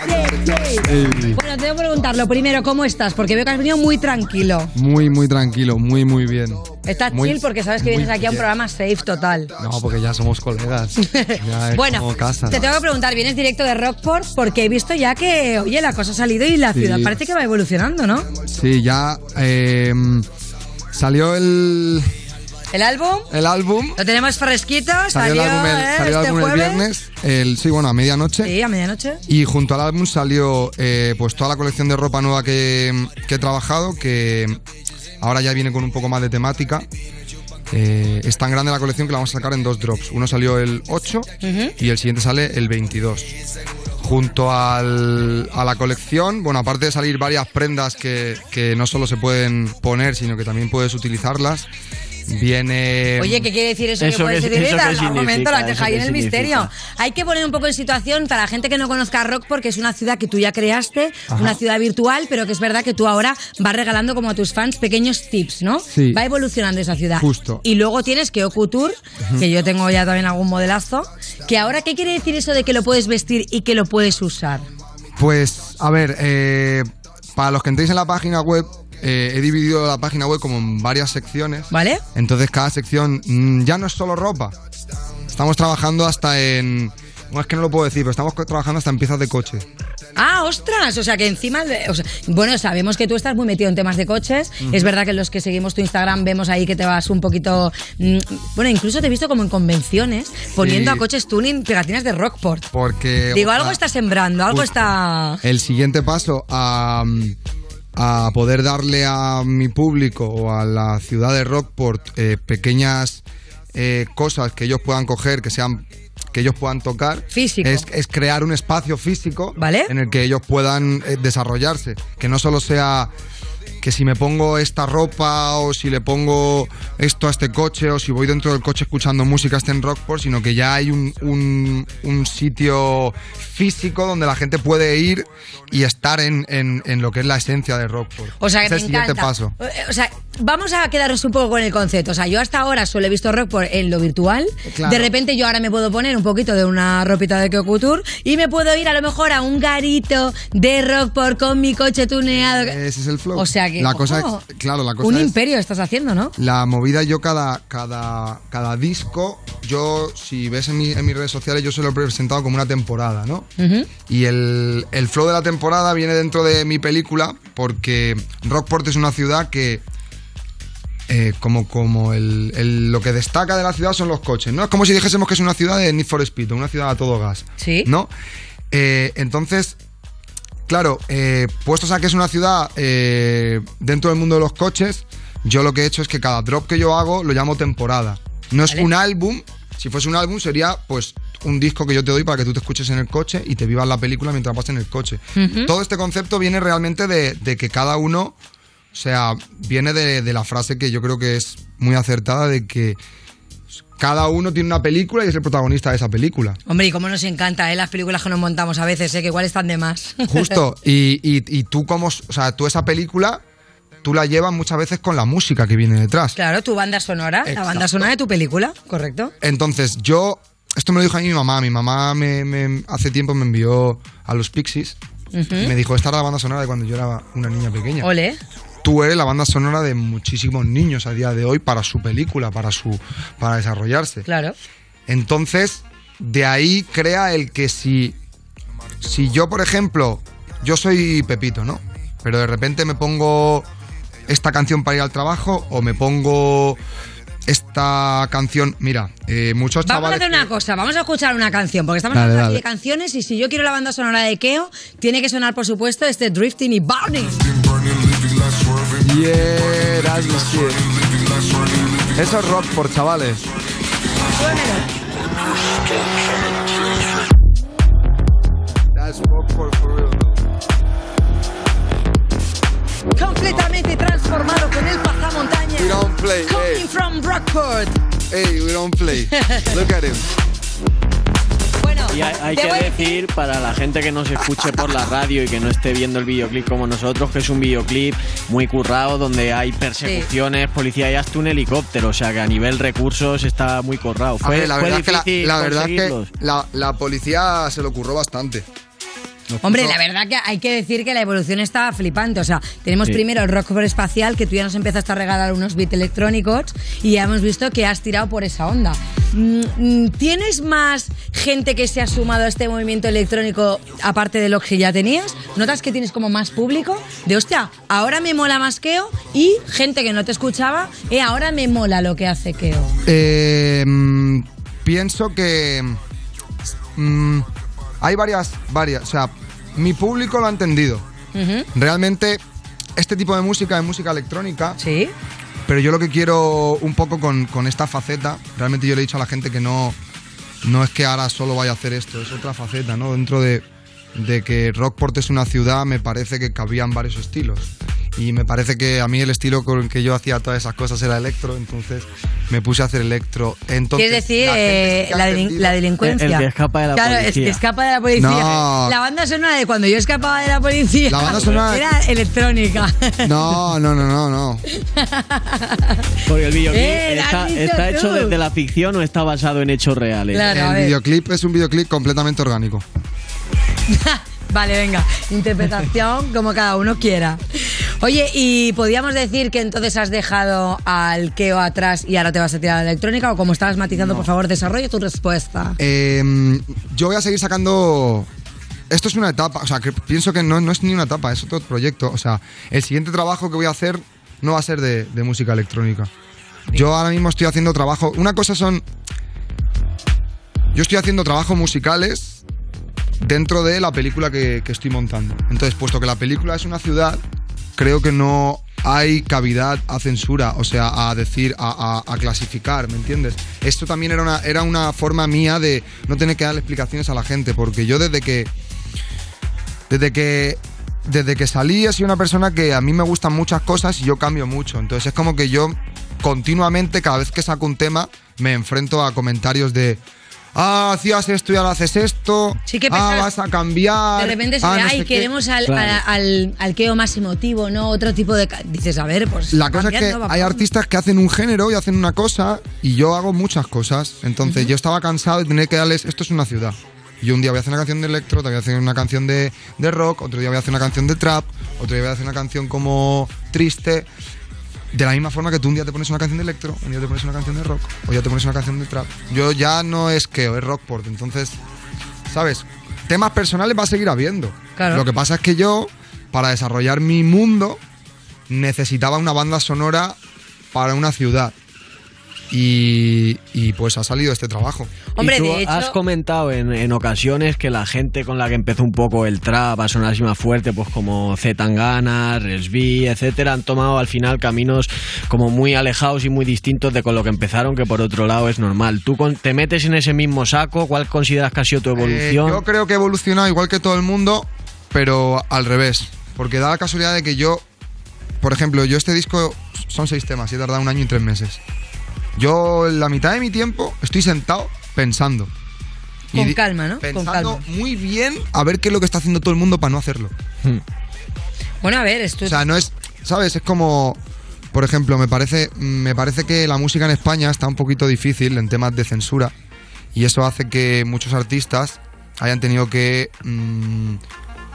Keo. Bueno, te voy a preguntar lo primero, ¿cómo estás? Porque veo que has venido muy tranquilo.
Muy, muy tranquilo, muy, muy bien.
Estás
Muy-
chill porque sabes que
muy
vienes aquí a un
bien.
programa safe total.
No, porque ya somos colegas. Ya es
Bueno,
como casa.
te tengo que preguntar, ¿vienes directo de Rockport? Porque he visto ya que, oye, la cosa ha salido y la
Sí.
ciudad parece que va evolucionando, ¿no?
Sí, ya eh, salió el,
El álbum,
el álbum.
lo tenemos fresquito,
Salió,
salió,
el álbum el,
¿eh?
salió el
este
álbum el
jueves.
viernes. el- sí, bueno, a medianoche.
Sí, a medianoche.
Y junto al álbum salió eh, pues toda la colección de ropa nueva que, que he trabajado, que ahora ya viene con un poco más de temática. Eh, es tan grande la colección que la vamos a sacar en dos drops. Uno salió el 8 y el siguiente sale el 22. Junto al- a la colección, bueno, aparte de salir varias prendas que, que no solo se pueden poner, sino que también puedes utilizarlas, viene...
Oye, ¿qué quiere decir eso?
Eh, Eso
que puedes
que-
decir?
eso
Mira,
que
al momento
significa,
la
eso
deja ahí
que
en el
significa.
misterio. Hay que poner un poco en situación para la gente que no conozca Rock porque es una ciudad que tú ya creaste,
Ajá.
una ciudad virtual, pero que es verdad que tú ahora vas regalando como a tus fans pequeños tips, ¿no?
Sí.
Va evolucionando esa ciudad.
Justo.
Y luego tienes que Couture,
Ujú.
que yo tengo ya también algún modelazo, que ahora ¿qué quiere decir eso de que lo puedes vestir y que lo puedes usar?
Pues, a ver, eh, para los que entréis en la página web, eh, he dividido la página web como en varias secciones.
¿Vale?
Entonces cada sección mm, ya no es solo ropa. Estamos trabajando hasta en... Bueno, es que no lo puedo decir, pero estamos co- trabajando hasta en piezas de coche.
Ah, ostras, o sea que encima, de- o sea, bueno, sabemos que tú estás muy metido en temas de coches,
Ujú.
es verdad que los que seguimos tu Instagram vemos ahí que te vas un poquito, mm, bueno, incluso te he visto como en convenciones poniendo
Sí. Eh,
a coches tuning pegatinas de Rockport.
Porque...
Digo, algo
otra-
está sembrando, algo
Justo.
está...
El siguiente paso a, a poder darle a mi público o a la ciudad de Rockport eh, pequeñas eh, cosas que ellos puedan coger, que sean que ellos puedan tocar, Es, es crear un espacio físico en el que ellos puedan eh, desarrollarse, que no solo sea que si me pongo esta ropa o si le pongo esto a este coche o si voy dentro del coche escuchando música esté en Rockport, sino que ya hay un, un- un sitio físico donde la gente puede ir y estar en, en- en lo que es la esencia de Rockport.
O sea, que
Ese
me
es el siguiente
encanta.
paso.
O sea, vamos a quedarnos un poco con el concepto. O sea, yo hasta ahora solo he visto Rockport en lo virtual.
Claro.
De repente yo ahora me puedo poner un poquito de una ropita de Kyoku Tour y me puedo ir a lo mejor a un garito de Rockport con mi coche tuneado.
Ese es el flow.
O sea que...
La cosa
ojo,
es- claro, la cosa
un
es-
imperio estás haciendo, ¿no?
La movida, yo cada, cada, cada disco, yo, si ves en, mi- en mis redes sociales, yo se lo he presentado como una temporada, ¿no? Y el, el flow de la temporada viene dentro de mi película, porque Rockport es una ciudad que. eh, como como el, el- lo que destaca de la ciudad son los coches, ¿no? Es como si dijésemos que es una ciudad de Need for Speed, una ciudad a todo gas.
Sí.
¿No? Eh, entonces, Claro, eh, puestos a que es una ciudad eh, dentro del mundo de los coches, yo lo que he hecho es que cada drop que yo hago lo llamo temporada. No es un álbum, si fuese un álbum sería pues un disco que yo te doy para que tú te escuches en el coche y te vivas la película mientras vas en el coche.
Ujú.
Todo este concepto viene realmente de, de que cada uno O sea, viene de, de la frase que yo creo que es muy acertada de que cada uno tiene una película y es el protagonista de esa película.
Hombre, y cómo nos encanta, ¿eh? Las películas que nos montamos a veces, ¿eh? Que igual están de más.
Justo. Y, y- y tú como, o sea, tú esa película, tú la llevas muchas veces con la música que viene detrás.
Claro, tu banda sonora, la
Exacto.
banda sonora de tu película, correcto.
Entonces, yo, esto me lo dijo a mí mi mamá, mi mamá me, me- hace tiempo me envió a los Pixies
Ujú.
y me dijo, esta era la banda sonora de cuando yo era una niña pequeña.
¿Mm? Ole.
Tú eres la banda sonora de muchísimos niños a día de hoy para su película, para, su, para desarrollarse.
Claro.
Entonces, de ahí crea el que si, si yo, por ejemplo, yo soy Pepito, ¿no? Pero de repente me pongo esta canción para ir al trabajo o me pongo esta canción. Mira, eh, muchos
Vamos a
chavales.
hacer una cosa, vamos a escuchar una canción, porque estamos
Dale,
hablando aquí
dale.
de canciones y si yo quiero la banda sonora de Keo, tiene que sonar, por supuesto, este Drifting y Burning.
Yeah, that's my shit. Eso es rock por chavales. That's rock for, for real.
Completamente transformado con el pasamontañas.
We don't play,
Coming
hey.
from Rockford.
Hey, we don't play. Look at him.
Y hay, hay
te
que
voy a
decir para la gente que nos escuche por la radio y que no esté viendo el videoclip como nosotros, que es un videoclip muy currado donde hay persecuciones, policía y hasta un helicóptero. O sea que a nivel recursos está muy currado.
A
Fue,
ver, la
fue
verdad es que, la,
difícil
la verdad es que
conseguirlos.
la- la policía se lo curró bastante. Nos
Hombre,
puso-
la verdad que hay que decir que la evolución está flipante. O sea, tenemos
Sí.
primero el rock por espacial, que tú ya nos empezaste a regalar unos beats electrónicos y ya hemos visto que has tirado por esa onda. Mm, mm, ¿Tienes más gente que se ha sumado a este movimiento electrónico aparte de lo que ya tenías? ¿Notas que tienes como más público? De hostia, ahora me mola más Keo y gente que no te escuchaba, eh, ahora me mola lo que hace Keo.
Eh, mm, pienso que mm, hay varias, varias. O sea, mi público lo ha entendido.
Ujú.
Realmente, este tipo de música es música electrónica. Sí. Pero yo lo que quiero un poco con, con esta faceta, realmente yo le he dicho a la gente que no, no es que ahora solo vaya a hacer esto, es otra faceta, ¿no? Dentro de, de que Rockport es una ciudad, me parece que cabían varios estilos. Y me parece que a mí el estilo con el que yo hacía todas esas cosas era electro, entonces me puse a hacer electro. Entonces,
Quieres decir,
la gente
eh,
sí que ha
la, delin-
entendido.
la delincuencia. claro, es que escapa de la policía.
No.
La banda sonora de cuando yo escapaba de la policía
La banda sonora-
era electrónica.
No, no, no, no, no.
Porque el videoclip
Eh, la
está,
has dicho
está hecho
tú.
desde la ficción o está basado en hechos reales.
el videoclip es un videoclip completamente orgánico.
vale, venga. Interpretación como cada uno quiera. Oye, ¿y podíamos decir que entonces has dejado al Keo atrás y ahora te vas a tirar a la electrónica? O como estabas matizando, por favor, desarrolla tu respuesta.
Eh, yo voy a seguir sacando. Esto es una etapa, o sea, que pienso que no, no es ni una etapa, es otro proyecto. O sea, el siguiente trabajo que voy a hacer no va a ser de, de música electrónica. Yo ahora mismo estoy haciendo trabajo. Una cosa son. Yo estoy haciendo trabajos musicales dentro de la película que, que estoy montando. Entonces, puesto que la película es una ciudad, creo que no hay cavidad a censura, o sea, a decir, a, a- a clasificar, ¿me entiendes? Esto también era una, era una forma mía de no tener que darle explicaciones a la gente, porque yo desde que. Desde que. Desde que salí he sido una persona que a mí me gustan muchas cosas y yo cambio mucho. Entonces es como que yo continuamente, cada vez que saco un tema, me enfrento a comentarios de. Ah, hacías esto y ahora haces esto.
Sí que
ah,
pesas-
vas a cambiar.
De repente se
ah,
ve,
no
ay,
sé qué".
queremos al, al, al- al Keo más emotivo, ¿no? Otro tipo de... ca-". Dices, a ver, pues...
La cosa es que
cambiando,
hay
vamos.
artistas que hacen un género y hacen una cosa y yo hago muchas cosas. Entonces yo estaba cansado de tener que darles, esto es una ciudad. Yo un día voy a hacer una canción de electro, otro día voy a hacer una canción de, de rock, otro día voy a hacer una canción de trap, otro día voy a hacer una canción como triste. De la misma forma que tú un día te pones una canción de electro, un día te pones una canción de rock, o ya te pones una canción de trap. Yo ya no es que, es rockport, entonces, ¿sabes? Temas personales va a seguir habiendo.
Claro.
Lo que pasa es que yo, para desarrollar mi mundo, necesitaba una banda sonora para una ciudad. Y, y, pues ha salido este trabajo.
y tú has comentado en, en ocasiones que la gente con la que empezó un poco el trap a sonar así más fuerte, pues como Z Tangana, Resby, etcétera, han tomado al final caminos como muy alejados y muy distintos de con lo que empezaron, que por otro lado es normal. ¿Tú con- te metes en ese mismo saco? ¿Cuál consideras que ha sido tu
Eh,
evolución?
yo creo que he evolucionado igual que todo el mundo, pero al revés. Porque da la casualidad de que yo por ejemplo, yo este disco son seis temas y he tardado un año y tres meses. Yo en la mitad de mi tiempo estoy sentado pensando. Y
Con
di-
calma, ¿no? Con
Pensando
calma.
muy bien a ver qué es lo que está haciendo todo el mundo para no hacerlo.
Hmm.
Bueno, a ver, esto.
O sea, no es, ¿sabes? Es como, por ejemplo, me parece, mm, me parece que la música en España está un poquito difícil en temas de censura y eso hace que muchos artistas hayan tenido que mm,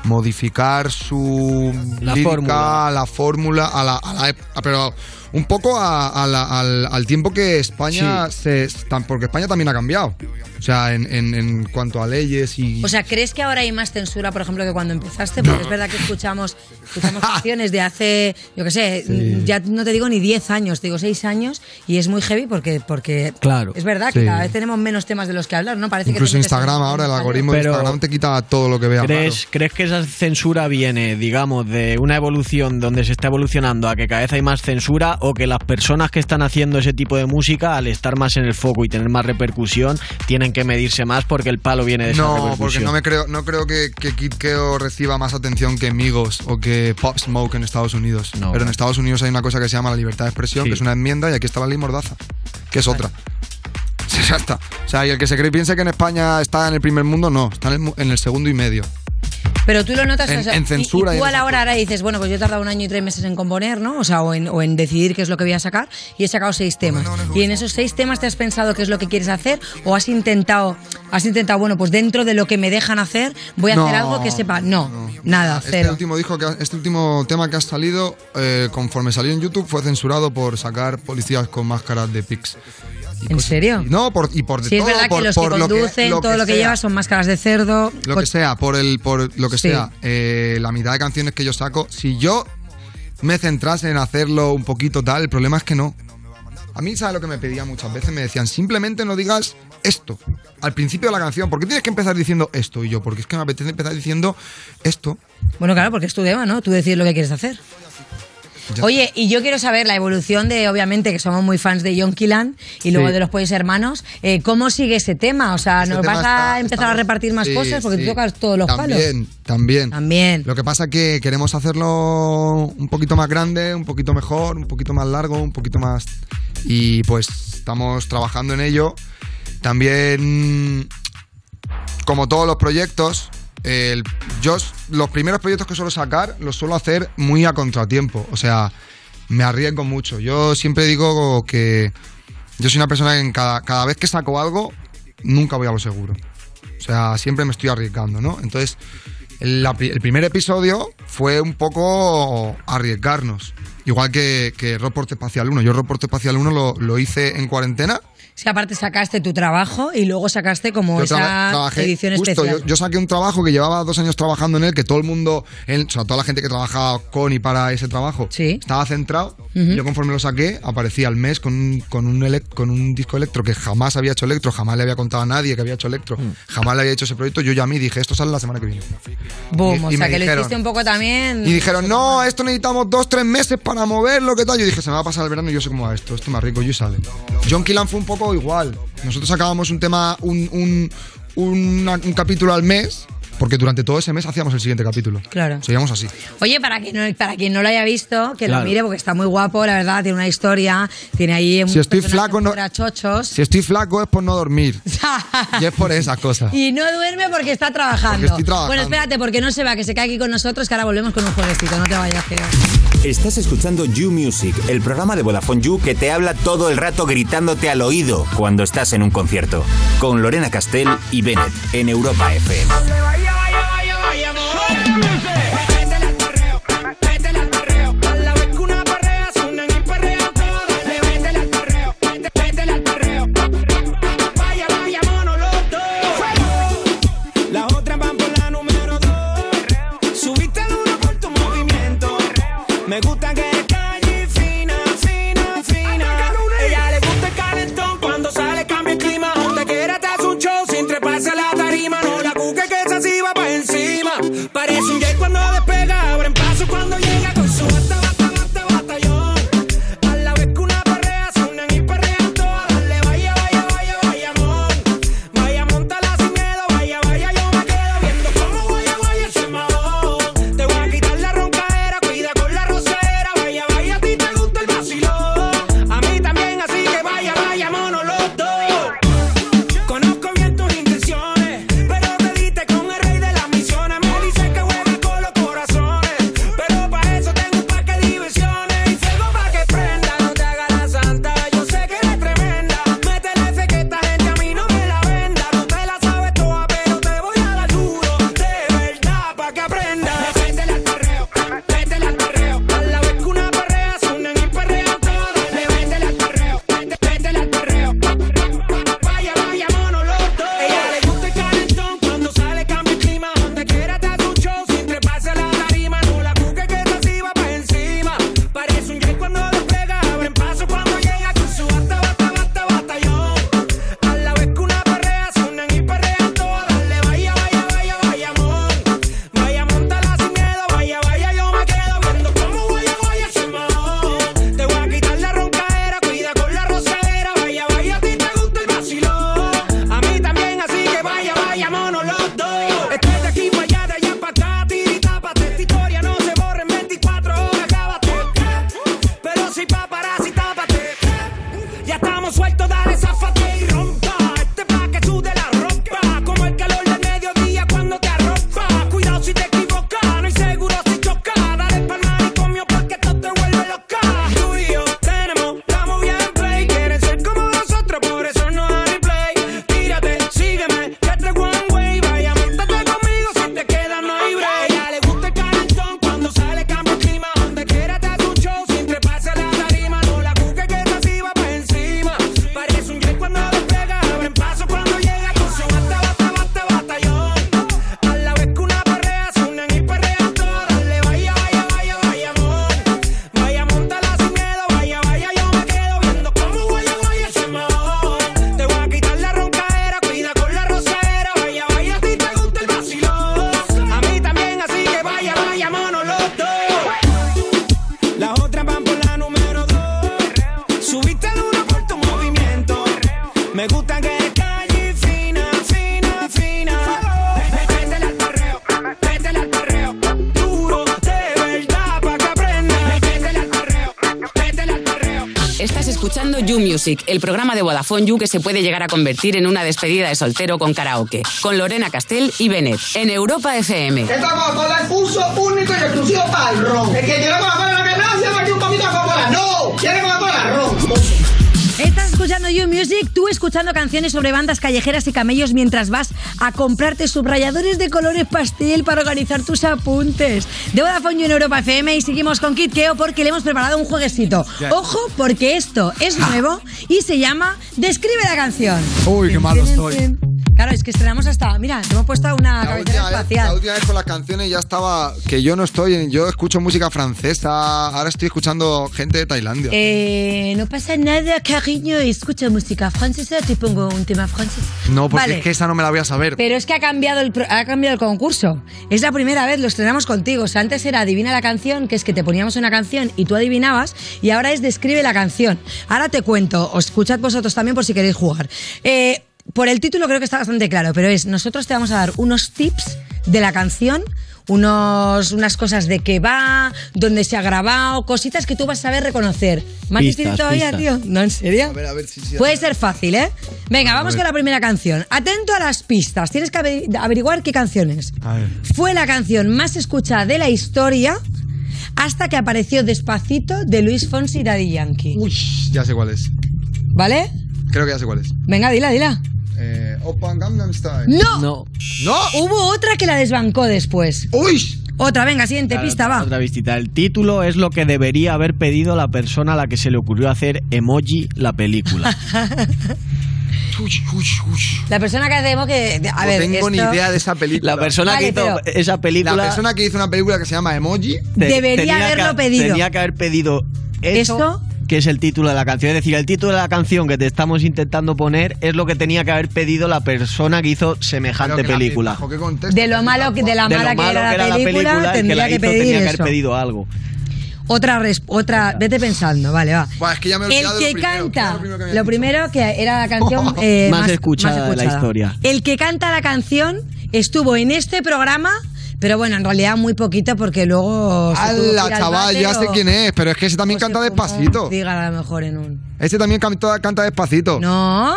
modificar su
La
lírica,
fórmula.
la fórmula, a la, a la ep- a- pero un poco a- a la- al, al tiempo que España se, tan- porque España también ha cambiado, o sea, en, en- en cuanto a leyes y
O sea, ¿crees que ahora hay más censura, por ejemplo, que cuando empezaste? Porque es verdad que escuchamos, escuchamos canciones de hace, yo qué sé,
Sí.
ya no te digo ni 10 años, te digo 6 años, y es muy heavy porque, porque
Claro.
es verdad que
Sí.
cada vez tenemos menos temas de los que hablar, ¿no? Parece
incluso
que te metes
Instagram
en-
ahora el algoritmo
Pero-
de Instagram te quita todo lo que veas. raro.
¿Crees, ¿Crees que esa censura viene, digamos, de una evolución donde se está evolucionando a que cada vez hay más censura o que las personas que están haciendo ese tipo de música, al estar más en el foco y tener más repercusión, tienen que medirse más porque el palo viene de esa
No, porque
repercusión?
no me creo, no creo que, que Kid Keo reciba más atención que Migos o que Pop Smoke en Estados Unidos. Pero en Estados Unidos hay una cosa que se llama la libertad de expresión, que es una enmienda, y aquí está la ley Mordaza, que es otra. Ya está. O sea, y el que se cree y piense que en España está en el primer mundo, no, está en el, mu- en el segundo y medio.
Pero tú lo notas
En-
o sea,
en
y-
censura
Y,
y
tú
en
a la
esas
hora ahora dices, bueno, pues yo he tardado un año y tres meses en componer, ¿no? O sea, o en, o en decidir qué es lo que voy a sacar y he sacado seis temas. Y en esos seis temas te has pensado qué es lo que quieres hacer o has intentado, has intentado, bueno, pues dentro de lo que me dejan hacer voy a
No,
hacer algo que sepa. No, nada,
Este
cero.
último, disco que ha- este último tema que ha salido, eh, conforme salió en YouTube, fue censurado por sacar policías con máscaras de pics.
¿En serio?
No, por, y por de
Sí, es
todo,
verdad
por-
que los
por
que
lo
conducen,
lo
todo lo que
sea.
lleva son máscaras de cerdo.
Lo
Por-
que sea, por el por lo que
Sí.
sea, eh, la mitad de canciones que yo saco, si yo me centrase en hacerlo un poquito tal, el problema es que no. A mí, ¿sabes lo que me pedía muchas veces? Me decían, simplemente no digas esto al principio de la canción. ¿Por qué tienes que empezar diciendo esto? Y yo, porque es que me apetece empezar diciendo esto.
Bueno, claro, porque es tu tema, ¿no? Tú decides lo que quieres hacer.
Ya.
Oye, y yo quiero saber la evolución de, obviamente, que somos muy fans de John Killan y luego
Sí. Este
de los Pollos Hermanos. eh, ¿Cómo sigue ese tema? O sea, ¿nos
tema
vas a empezar a repartir más
Sí,
cosas? Porque
sí.
tú tocas todos los
También,
palos.
también.
También.
Lo que pasa es que queremos hacerlo un poquito más grande, un poquito mejor, un poquito más largo, un poquito más. Y pues estamos trabajando en ello. También, como todos los proyectos, el- yo s- los primeros proyectos que suelo sacar los suelo hacer muy a contratiempo. O sea, me arriesgo mucho. Yo siempre digo que yo soy una persona que en cada, cada vez que saco algo, nunca voy a lo seguro. O sea, siempre me estoy arriesgando, ¿no? Entonces, el, la pri- el primer episodio fue un poco arriesgarnos. Igual que, que Reporte Espacial 1. Yo Reporte Espacial 1 lo, lo hice en cuarentena.
Es que aparte sacaste tu trabajo y luego sacaste como
Yo
esa
traba- trabajé
edición
justo,
especial.
Yo, yo saqué un trabajo que llevaba dos años trabajando en él, que todo el mundo, en- o sea, toda la gente que trabajaba con y para ese trabajo, estaba centrado.
Ujú.
Yo conforme lo saqué, aparecí al mes con un, con, un elec- con un disco electro que jamás había hecho electro, jamás le había contado a nadie que había hecho electro, jamás le había hecho ese proyecto. Yo llamé y dije, esto sale la semana que viene.
Boom,
Y-
o
y
sea,
me
que lo
dijeron-
hiciste un poco también.
Y dijeron, no, esto necesitamos dos, tres meses para moverlo, ¿qué tal? Yo dije, se me va a pasar el verano y yo sé cómo va esto, esto más rico, yo y sale. John Killan fue un poco igual. Nosotros sacábamos un tema, un, un, una- un capítulo al mes, porque durante todo ese mes hacíamos el siguiente capítulo.
Claro.
Seguíamos así.
Oye, para quien, no, para quien no lo haya visto, que lo
Claro.
mire porque está muy guapo, la verdad, tiene una historia, tiene ahí un
Si estoy flaco, no-
chochos.
Si estoy flaco es por no dormir. y es por esas cosas.
Y no duerme porque está trabajando.
Porque estoy trabajando.
Bueno, espérate, porque no se va, que se cae aquí con nosotros, que ahora volvemos con un jueguecito. No te vayas, que...
Estás escuchando You Music, el programa de Vodafone You que te habla todo el rato gritándote al oído cuando estás en un concierto. Con Lorena Castell y Bennett en Europa FM.
Las otras van por la número dos. Subiste al uno por tu movimiento. Me gusta que es calle fina, fina, fina. Ella le gusta el calentón. Cuando sale cambia el clima. Donde quiera te hace un show sin treparse a la tarima. No la cuque que esa sí va pa' encima. Parece un jet cuando despega. Abren paso cuando llega con su bata, bata, bata, batallón. A la vez que una perrea suenan y perrean todas. Le vaya, vaya, vaya, vaya, amor. Vaya, montala sin miedo. Vaya, vaya, yo me quedo viendo cómo vaya, vaya, se me ahogó. Te voy a quitar la roncadera. Cuida con la rosera. Vaya,
Este
otra van por la número dos. Subiste al uno por tu movimiento. Me gusta que eres calle fina, fina, fina. Métela al perreo, métela al perreo. Duro, de verdad, pa' que aprendas. Métela al perreo, métela al perreo.
Estás escuchando You Music, el programa de Vodafone You que se puede llegar a convertir en una despedida de soltero con karaoke, con Lorena Castell y Bennett, en Europa FM.
Esta Coca-Cola es uso único y exclusivo para el ron. El que quiera Coca-Cola en la ganancia, para que un poquito de Coca-Cola. ¡No! ¡Quiere Coca-Cola ron!
Estás escuchando You Music, tú escuchando canciones sobre bandas callejeras y camellos mientras vas a comprarte subrayadores de colores pastel para organizar tus apuntes. De Vodafone You en Europa FM y seguimos con Kit Keo porque le hemos preparado un jueguecito.
Ya.
Ojo, porque esto es nuevo y se llama Describe la canción.
Uy, qué malo estoy.
Claro, es que estrenamos hasta. Mira, te hemos puesto una cabecera
La
espacial.
última vez con las canciones ya estaba que yo no estoy, en- yo escucho música francesa, ahora estoy escuchando gente de Tailandia.
Eh, no pasa nada, cariño. Escucha música francesa, te pongo un tema francés.
no, porque
vale.
es que esa no me la voy a saber.
Pero es que ha cambiado, el, pro- ha cambiado el concurso. Es la primera vez, lo estrenamos contigo. O sea, antes era adivina la canción, que es que te poníamos una canción y tú adivinabas, y ahora es describe la canción. Ahora te cuento, os escuchad vosotros también por si queréis jugar. Eh, por el título creo que está bastante claro, pero es, nosotros te vamos a dar unos tips de la canción, unos, unas cosas de qué va, dónde se ha grabado, cositas que tú vas a saber reconocer.
Pistas,
¿Más difícil todavía,
pistas.
tío? ¿No, en serio?
A ver, a ver si sí, a
Puede
ver.
ser fácil, ¿eh? Venga, vamos
ver.
con la primera canción. Atento a las pistas. Tienes que ave- averiguar qué canción es.
A ver.
Fue la canción más escuchada de la historia hasta que apareció Despacito de Luis Fonsi y Daddy Yankee.
Ya sé cuál es.
¿Vale?
Creo que ya sé cuál es.
Venga, dila, dila.
Eh, Open Gangnam Style.
¡No!
No. ¡No!
Hubo otra que la desbancó después.
¡Uy!
Otra, venga, siguiente
Claro,
pista,
otra-
va.
Otra visita. El título es lo que debería haber pedido la persona a la que se le ocurrió hacer emoji la película.
La persona que hacemos que. A
no
ver,
tengo
esto-
ni idea de esa película.
La persona
Vale,
que hizo
pero-
esa película.
La persona que hizo una película que se llama Emoji.
te-
Debería
tenía que-
haberlo pedido.
Tenía que haber pedido eso,
¿Esto?
que es el título de la canción. Es decir, el título de la canción que te estamos intentando poner es lo que tenía que haber pedido la persona que hizo semejante
Pero que la-
película.
bajo qué contexto.
De lo malo, que- de la
De
mala
lo malo
que era la
y
película,
que la
tendría que,
hizo
pedir
tenía que
eso.
haber pedido algo.
Otra, res- otra, vete pensando, vale, va.
Buah, es que ya me he
el
olvidado
que
lo primero,
canta,
que era lo primero que me
lo
habían
primero que era la canción eh,
Más escuchada de la historia.
El que canta la canción estuvo en este programa, pero bueno, en realidad muy poquito porque luego. se tuvo que ir
¡Hala,
Pues al
chaval!
váter
Ya sé
o-
quién es, pero es que ese también canta despacito.
Diga a lo mejor en un.
Ese también canta, canta despacito.
No.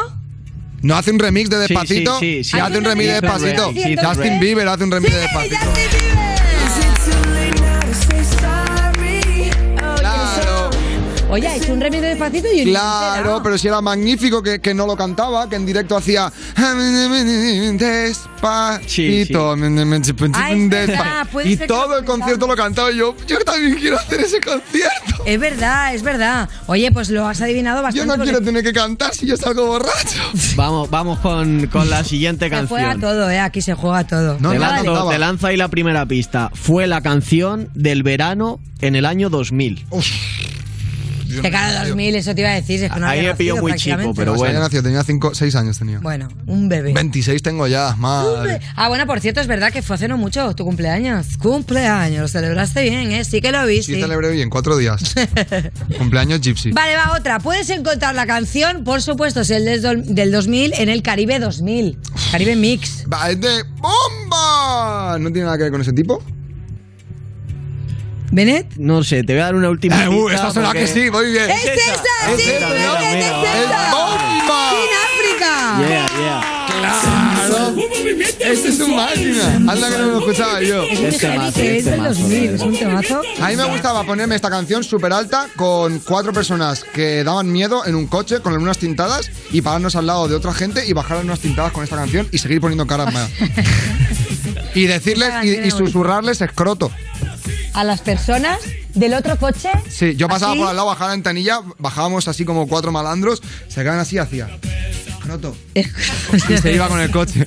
No hace un remix de
Sí,
despacito.
sí, sí, sí.
Y hace un remix de
Hizo un
despacito.
remix, hizo un
Justin
remix.
Bieber hace un remix de despacito.
Claro.
Oye, ha hecho un remix de despacito y un
Claro, pero si era magnífico que, que no lo cantaba, que en directo hacía despacito.
Ay, es verdad, puede
Y
ser que lo
todo el concierto lo cantaba y yo. Yo también quiero hacer ese concierto.
Es verdad, es verdad. Oye, pues lo has adivinado
Yo
bastante.
no
porque
quiero tener que cantar si yo salgo borracho.
Vamos, vamos con, con la siguiente
Se juega
canción.
todo, eh. Aquí se juega todo.
te,
Vale.
lanzo, te lanzo ahí la primera pista. Fue la canción del verano en el año 2000.
Que claro, 2000, eso te iba a decir. Es que no
Ahí
había
me pillo
nacido
muy chico,
prácticamente.
pero
No,
bueno.
había nacido, tenía 6 años tenía.
Bueno, un bebé.
26 tengo ya, madre.
Ah, bueno, por cierto, es verdad que fue hace no mucho tu cumpleaños. Cumpleaños, lo celebraste bien, ¿eh? Sí que lo
Sí,
viste.
celebré bien, cuatro días. Cumpleaños Gypsy.
Vale, va otra. Puedes encontrar la canción, por supuesto, es el des- del 2000 en el Caribe 2000. Caribe Mix.
Va, es de bomba. No tiene nada que ver con ese tipo.
¿Benet?
No sé, te voy a dar una última
Eh,
pista.
uh, esta suena que sí, muy bien.
¡Es esa,
es
sí!
esa, mira,
Benet,
mira,
es
vale.
esa!
¡Es bomba!
¡Sin África!
Yeah, yeah.
Claro. Este es un máquina. Anda que no lo escuchaba yo.
Es un
Este
heavy
mazo,
que es
este
del
mazo,
2000, es un temazo.
A mí me gustaba ponerme esta canción súper alta con cuatro personas que daban miedo en un coche con algunas tintadas y pararnos al lado de otra gente y bajar unas tintadas con esta canción y seguir poniendo caras más. Y decirles y, y susurrarles escroto.
A las personas del otro coche.
Sí, yo pasaba
así.
por al lado, bajaba la ventanilla, bajábamos así como cuatro malandros, se quedaban así, hacía escroto. Y se iba con el coche.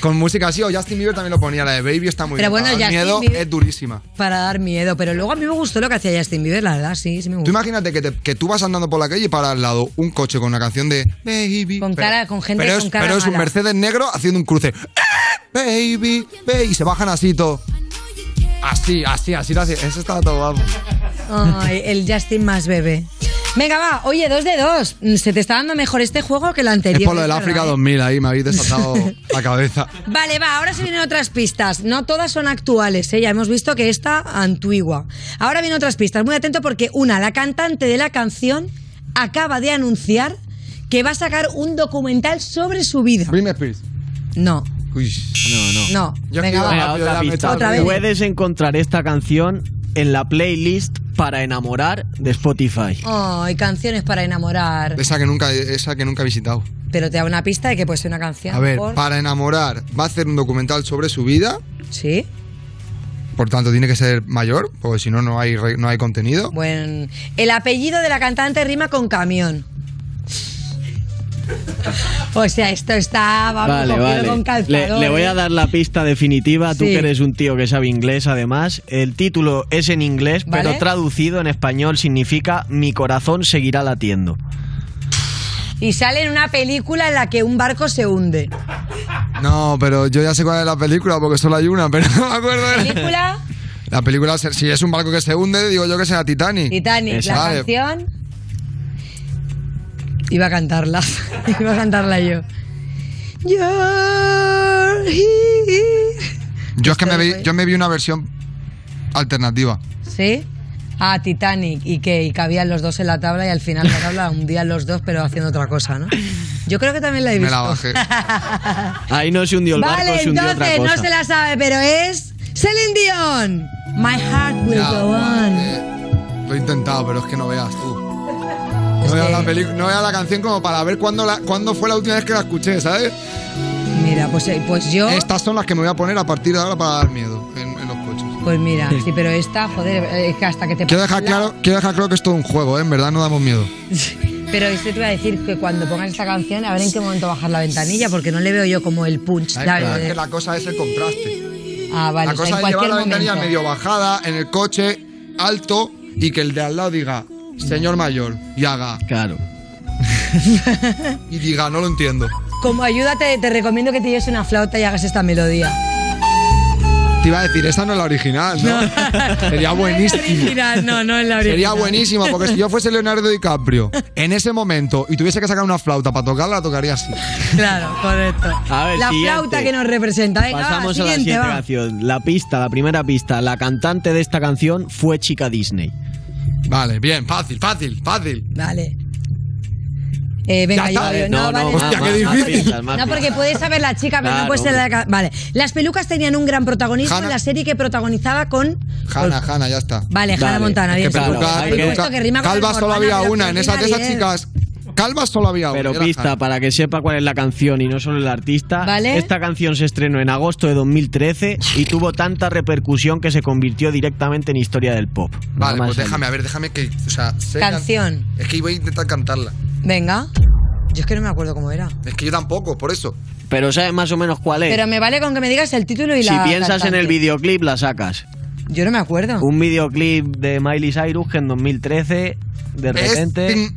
Con música así, o Justin Bieber también lo ponía, la de Baby está muy
Pero
bien.
bueno,
para dar
Justin
miedo
Bieber-
es durísima.
Para dar miedo, pero luego a mí me gustó lo que hacía Justin Bieber, la verdad, sí, sí me
Tú
gustó.
imagínate que, te- que tú vas andando por la calle y para al lado un coche con una canción de Baby.
Con
pero-
cara, con gente
pero es,
con cara
pero es un
mala.
Mercedes negro haciendo un cruce. ¡Eh, Baby, baby. Y se bajan así todo. Así, así, así, así. Eso está todo guapo.
Ay, el Justin más bebé. Venga, va, oye, dos de dos. Mm, Se te está dando mejor este juego que el anterior.
Es por lo del
¿verdad,
África
eh?
2000, ahí me habéis desatado la cabeza.
Vale, va, ahora se vienen otras pistas. No todas son actuales, ¿eh? ya hemos visto que esta antigua. Ahora vienen otras pistas. Muy atento porque una, la cantante de la canción acaba de anunciar que va a sacar un documental sobre su vida.
Britney Spears.
No.
Uy.
No, no.
No, venga, va.
Venga, otra pista.
Otra vez.
Puedes encontrar esta canción en la playlist para enamorar de Spotify.
Ay, canciones para enamorar.
Esa que nunca, esa que nunca he visitado.
Pero te da una pista de que puede ser una canción.
A ver,
por-
para enamorar, va a hacer un documental sobre su vida.
Sí.
Por tanto, tiene que ser mayor, porque si no, no hay, re- no hay contenido.
Bueno, el apellido de la cantante rima con camión. O sea, esto está vamos,
Vale,
cogido
vale.
con
Le,
calzador.
le voy a dar la pista definitiva. Tú
Sí.
que eres un tío que sabe inglés, además. El título es en inglés,
Vale.
pero traducido en español significa Mi corazón seguirá latiendo.
Y sale en una película en la que un barco se hunde.
No, pero yo ya sé cuál es la película, porque solo hay una, pero no me acuerdo. de-
Película
La película, se- si es un barco que se hunde, digo yo que será Titanic.
Titanic, la
Vale.
canción. Iba a cantarla. Iba a cantarla yo. You're here.
Yo es que me vi, yo me vi una versión alternativa.
¿Sí? Ah, Titanic. ¿Y que Y cabían los dos en la tabla y al final la tabla hundían los dos, pero haciendo otra cosa, ¿no? Yo creo que también la he
Me
visto.
la bajé. Ahí no se hundió el
vale,
barco, se hundió otra
entonces
cosa.
no se la sabe, pero es Celine Dion. My heart will
Ya,
go on.
Lo he intentado, pero es que no veas tú. No veas la, pelic- no veas la canción como para ver cuándo, la- cuándo fue la última vez que la escuché, ¿sabes?
Mira, pues, pues yo...
Estas son las que me voy a poner a partir de ahora para dar miedo en, en los coches.
Pues mira, sí, pero esta, joder, es que hasta que te
Quiero
pase
dejar,
la-
claro, quiero dejar claro que es todo un juego, ¿eh? En verdad no damos miedo.
Pero esto te iba a decir que cuando pongas esta canción, a ver en qué momento bajar la ventanilla, porque no le veo yo como el punch.
Ay,
la-
pero es que la cosa es el contraste.
ah, vale,
la
o sea,
cosa es
en
llevar
cualquier
la ventanilla
momento.
medio bajada, en el coche, alto, y que el de al lado diga, señor mayor, y haga.
Claro.
y diga, no lo entiendo.
Como ayuda te, te recomiendo que te lleves una flauta y hagas esta melodía.
Te iba a decir, esa no es la original, ¿no? Sería buenísimo.
Mira, no, no es la original.
Sería buenísimo, porque si yo fuese Leonardo DiCaprio en ese momento y tuviese que sacar una flauta para tocarla, la tocaría así.
Claro, correcto.
A ver,
la
siguiente.
flauta que nos representa. Venga, va,
Pasamos a la
siguiente,
siguiente
va.
canción. La pista, la primera pista. La cantante de esta canción fue Chica Disney.
Vale, bien, fácil, fácil, fácil.
Vale. Eh, venga,
Ya está.
yo- yo- no,
No, no,
vale.
hostia, qué
no,
difícil.
no, No, porque puedes saber la chica, pero no
Claro,
puedes ser la... ca- Vale. Las pelucas tenían un gran protagonismo en la serie que protagonizaba con...
Hanna, Hanna, ya está.
Pues Vale, Hannah Vale. Montana,
Es
bien.
que peluca-
Claro, hay
peluca-
que- Esto que
rima con
Calva solo
hormona,
había
pero
una, en
que
esas de
rima
esas
bien.
chicas. Calva solo había una.
Pero
era
pista,
Hannah.
para que sepa cuál es la canción y no solo el artista.
Vale.
Esta canción se estrenó en agosto de 2013 y tuvo tanta repercusión que se convirtió directamente en historia del pop.
Vale, pues déjame, a ver, déjame que. O sea, sé can-
Canción.
Es que voy a intentar cantarla.
Venga. Yo es que no me acuerdo cómo era.
Es que yo tampoco, por eso.
Pero sabes más o menos cuál es.
Pero me vale con que me digas el título y
si
la
piensas en el
cantante.
videoclip, la sacas.
Yo no me acuerdo.
Un videoclip de Miley Cyrus que en 2013, de
Es-
repente.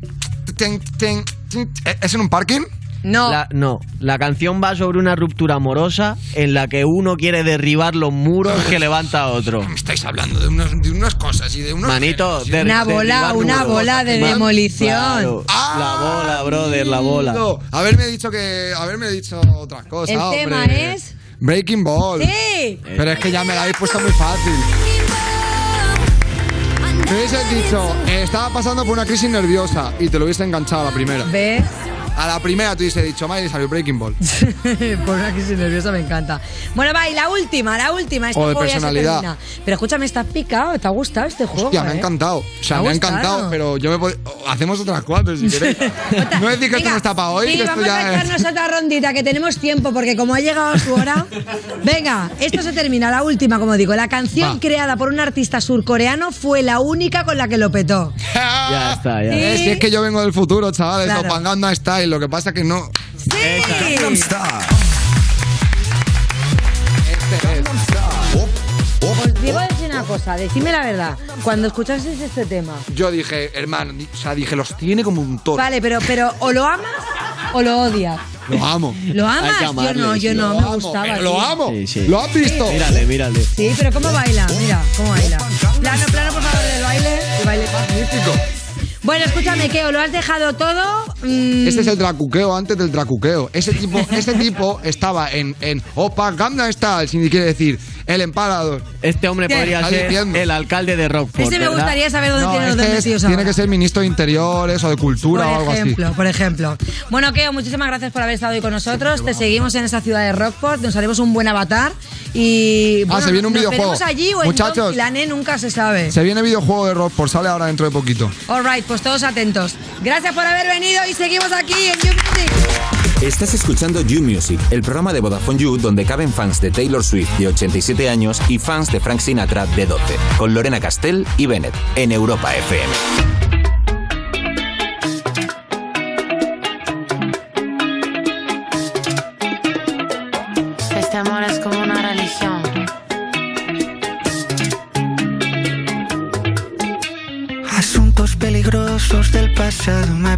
Ten, ten, ten. ¿Eh, ¿Es en un parking?
No.
La, no, la canción va sobre una ruptura amorosa en la que uno quiere derribar los muros que levanta otro.
Estáis hablando de, unos- de unas cosas y de unos.
Manito, de-
Una
de
bola,
derribar
una
muros.
bola de
Man-
demolición.
Claro,
Ah,
la bola, brother, la bola.
No, haberme dicho que. Haberme dicho otras cosas.
El
hombre.
tema es...
Breaking Ball.
Sí.
Pero es que ya me la habéis puesto muy fácil. Me hubieses dicho, eh, estaba pasando por una crisis nerviosa y te lo hubiese enganchado a la primera.
¿Ves?
A la primera te hubiese dicho, Miley salió Breaking Ball.
Por una crisis nerviosa me encanta. Bueno, va, y la última, la última. Este
O de
juego ya se
personalidad.
termina. Pero escúchame, ¿estás picado? ¿Te ha gustado este juego?
Hostia, me ha
eh?
encantado. O sea, me,
Me ha
ha
gustado.
encantado, pero yo me puedo... Hacemos otras cuatro si queréis. no decir que esto no está para hoy,
Sí,
que esto
vamos a
ya
echarnos
es...
otra rondita, que tenemos tiempo, porque como ha llegado su hora. Venga, esto se termina, la última, como digo. La canción
Va.
creada por un artista surcoreano fue la única con la que lo petó.
Ya está, ya.
Eh, Si es que yo vengo del futuro, chavales,
Claro.
o Panganda Style, lo que pasa que no...
Gangnam
Este
Os digo decir una cosa, decime la verdad. Cuando escuchasteis este tema,
Yo dije, hermano, di- o sea, dije, los tiene como un toro.
vale, pero, pero o lo amas o lo odias.
Lo amo.
¿Lo amas? Hay que amarle, Yo no, yo sí. no, me
Lo amo,
gustaba,
pero
sí.
Lo amo.
Sí, sí.
¿Lo has visto?
Mírale, mírale.
Sí, pero ¿cómo baila? Mira, ¿cómo baila? Plano, plano, por favor, del baile. El baile. Magnífico. Bueno, escúchame, Keo, lo has dejado todo. Mm,
Este es el tracuqueo antes del tracuqueo. Ese tipo, este tipo estaba en, en Opa Gamna Style, sin ni quiere decir el empalador.
Este hombre
Bien.
podría
Está
ser
diciendo.
el alcalde de Rockford.
Ese me
¿verdad?
gustaría saber dónde tiene los dos
este es-
metidos
tiene
ahora.
que ser ministro de Interiores o de Cultura o algo
Por ejemplo,
así.
por ejemplo. Bueno, Keo, muchísimas gracias por haber estado hoy con nosotros. Te seguimos en esa ciudad de Rockport, nos haremos un buen avatar y.
Ah,
bueno,
se viene un
nos
videojuego.
veremos allí o en
Muchachos.
Tomkilane, nunca se sabe.
Se viene videojuego de rock por sale ahora dentro de poquito.
All right, pues todos atentos. Gracias por haber venido y seguimos aquí en You Music.
Estás escuchando You Music, el programa de Vodafone You donde caben fans de Taylor Swift de 87 años y fans de Frank Sinatra de 12, con Lorena Castell y Bennett en Europa FM.
Este amor es como una religión.
Asuntos peligrosos del pasado me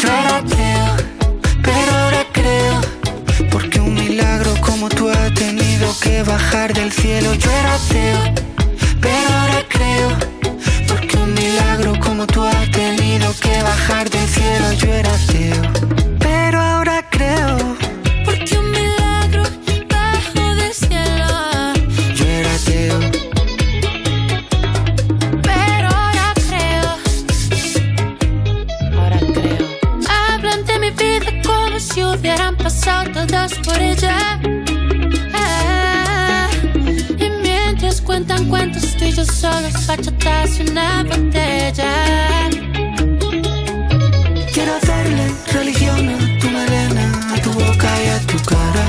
Yo era ateo, pero ahora creo Porque un milagro como tú ha tenido que bajar del cielo Yo era ateo, pero ahora creo Porque un milagro como tú ha tenido que bajar del cielo Yo era ateo, pero ahora creo Porque un milagro bajo del cielo Yo era ateo,
Pero ahora creo. Ahora creo. Hablan de mi vida como si hubieran pasado todas por ella. Ah, y mientras cuentan cuentos tú y yo solos, bachatas y una botella.
quiero hacerle religión a tu melena A tu boca y a tu cara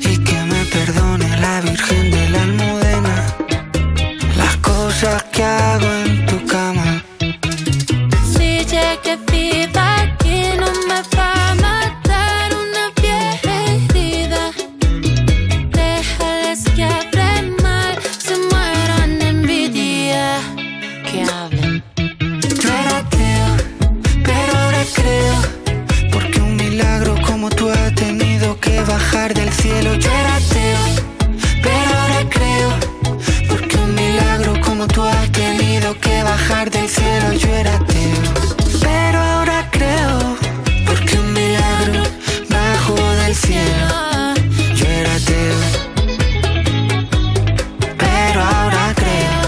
Y que me perdone la Virgen de la Almudena Las cosas que hago en tu cama
Si llegué viva aquí no me va a matar una vieja herida Déjales que hablen mal, se mueran de envidia Que hablen
Yo era ateo, pero ahora creo Porque un milagro como tú ha tenido que bajar del cielo Yo era ateo, pero ahora creo Porque un milagro como tú ha tenido que bajar del cielo Yo era ateo, pero ahora creo Porque un milagro bajo del cielo Yo era ateo, pero ahora creo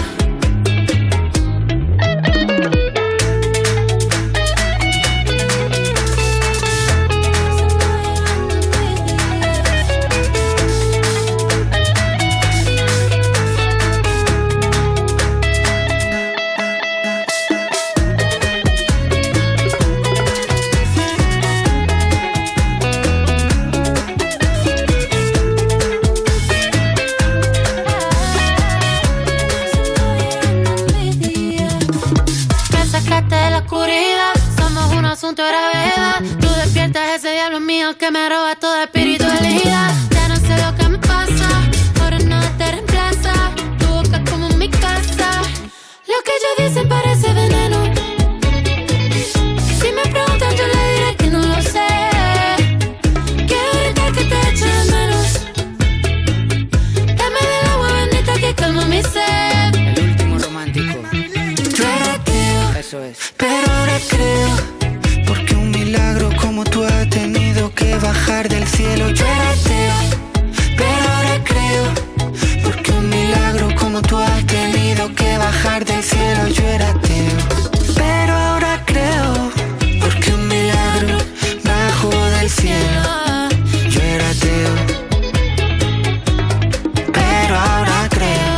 Me sacaste de la oscuridad, somos un asunto gravedad Tú despiertas ese diablo mío que me roba toda espiritualidad Ya no sé lo que me pasa, ahora nada te reemplaza Tu boca es como mi casa Lo que ellos dicen parece veneno Si me preguntan yo le diré que no lo sé Quiero gritar que te echo de menos Dame del agua bendita que calma mi sed
Como romántico. Yo era ateo, Eso es. pero ahora creo. Porque un milagro como tú ha tenido que bajar del cielo. Yo era ateo, pero ahora creo. Porque un milagro como tú ha tenido que bajar del cielo. Yo era ateo, pero ahora creo. Porque un milagro bajo del cielo. Yo era ateo, pero ahora creo.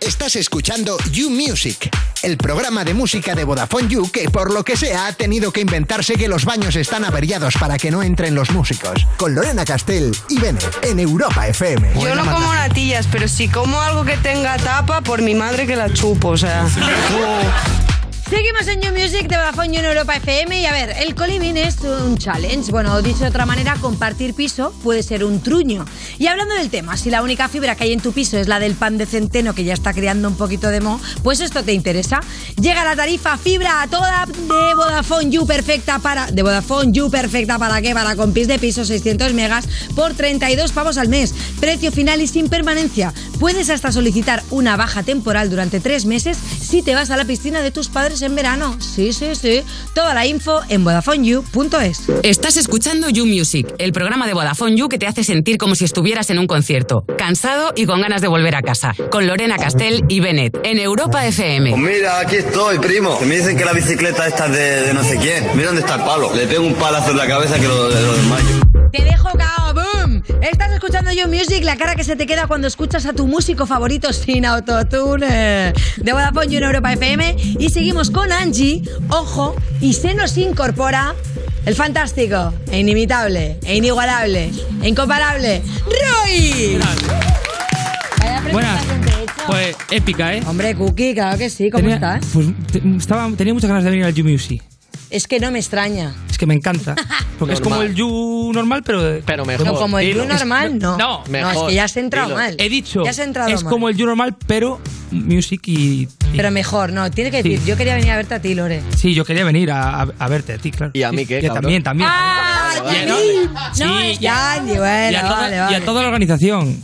Estás escuchando You Music, el programa de música de Vodafone You que por lo que sea ha tenido que inventarse que los baños están averiados para que no entren los músicos. Con Lorena Castell y Bene en Europa FM.
Yo no como natillas, pero si como algo que tenga tapa, por mi madre que la chupo, o sea.
Seguimos en New Music de Vodafone You en Europa FM y a ver, el coliving es un challenge. Bueno, dicho de otra manera, compartir piso puede ser un truño. Y hablando del tema, si la única fibra que hay en tu piso es la del pan de centeno que ya está creando un poquito de mo, pues esto te interesa. Llega la tarifa fibra a toda de Vodafone You perfecta para de Vodafone You perfecta para qué? Para compis de piso 600 megas por 32 pavos al mes. Precio final y sin permanencia. Puedes hasta solicitar una baja temporal durante tres meses si te vas a la piscina de tus padres en verano. Sí, sí, sí. Toda la info en VodafoneYou.es.
Estás escuchando You Music, el programa de Vodafone You que te hace sentir como si estuvieras en un concierto, cansado y con ganas de volver a casa, con Lorena Castell y Bennett, en Europa FM.
Pues mira, aquí estoy, primo. Que me dicen que la bicicleta esta es de, de no sé quién. Mira dónde está el palo. Le pego un palazo en la cabeza que lo, lo desmayo.
Te dejo cao, boom. Estás escuchando You Music, la cara que se te queda cuando escuchas a tu músico favorito sin autotune. eh, De Vodafone You en Europa FM. Y seguimos con Angie, ojo, y se nos incorpora el fantástico, e inimitable, e inigualable, e incomparable, Roy.
Buenas. Pues épica, ¿eh?
Hombre, Cookie, claro que sí, ¿cómo
Tenía-
estás?
Pues te- estaba, tenía muchas ganas de venir al You Music.
Es que no me extraña.
Es que me encanta. Porque es como el You normal, pero. Pero
No, como el You normal, no.
No,
No, es que ya has entrado mal.
He dicho.
Ya has entrado
Es
mal.
como el You normal, pero Music y. y-
Pero mejor, no, tiene que decir,
Sí.
yo quería venir a verte a ti, Lore.
Sí, yo quería venir a, a- a verte a ti, claro. ¿Y a mí qué? también, también.
Ah, No, es que Angie, bueno,
y, a toda,
vale,
y
vale.
a toda la organización.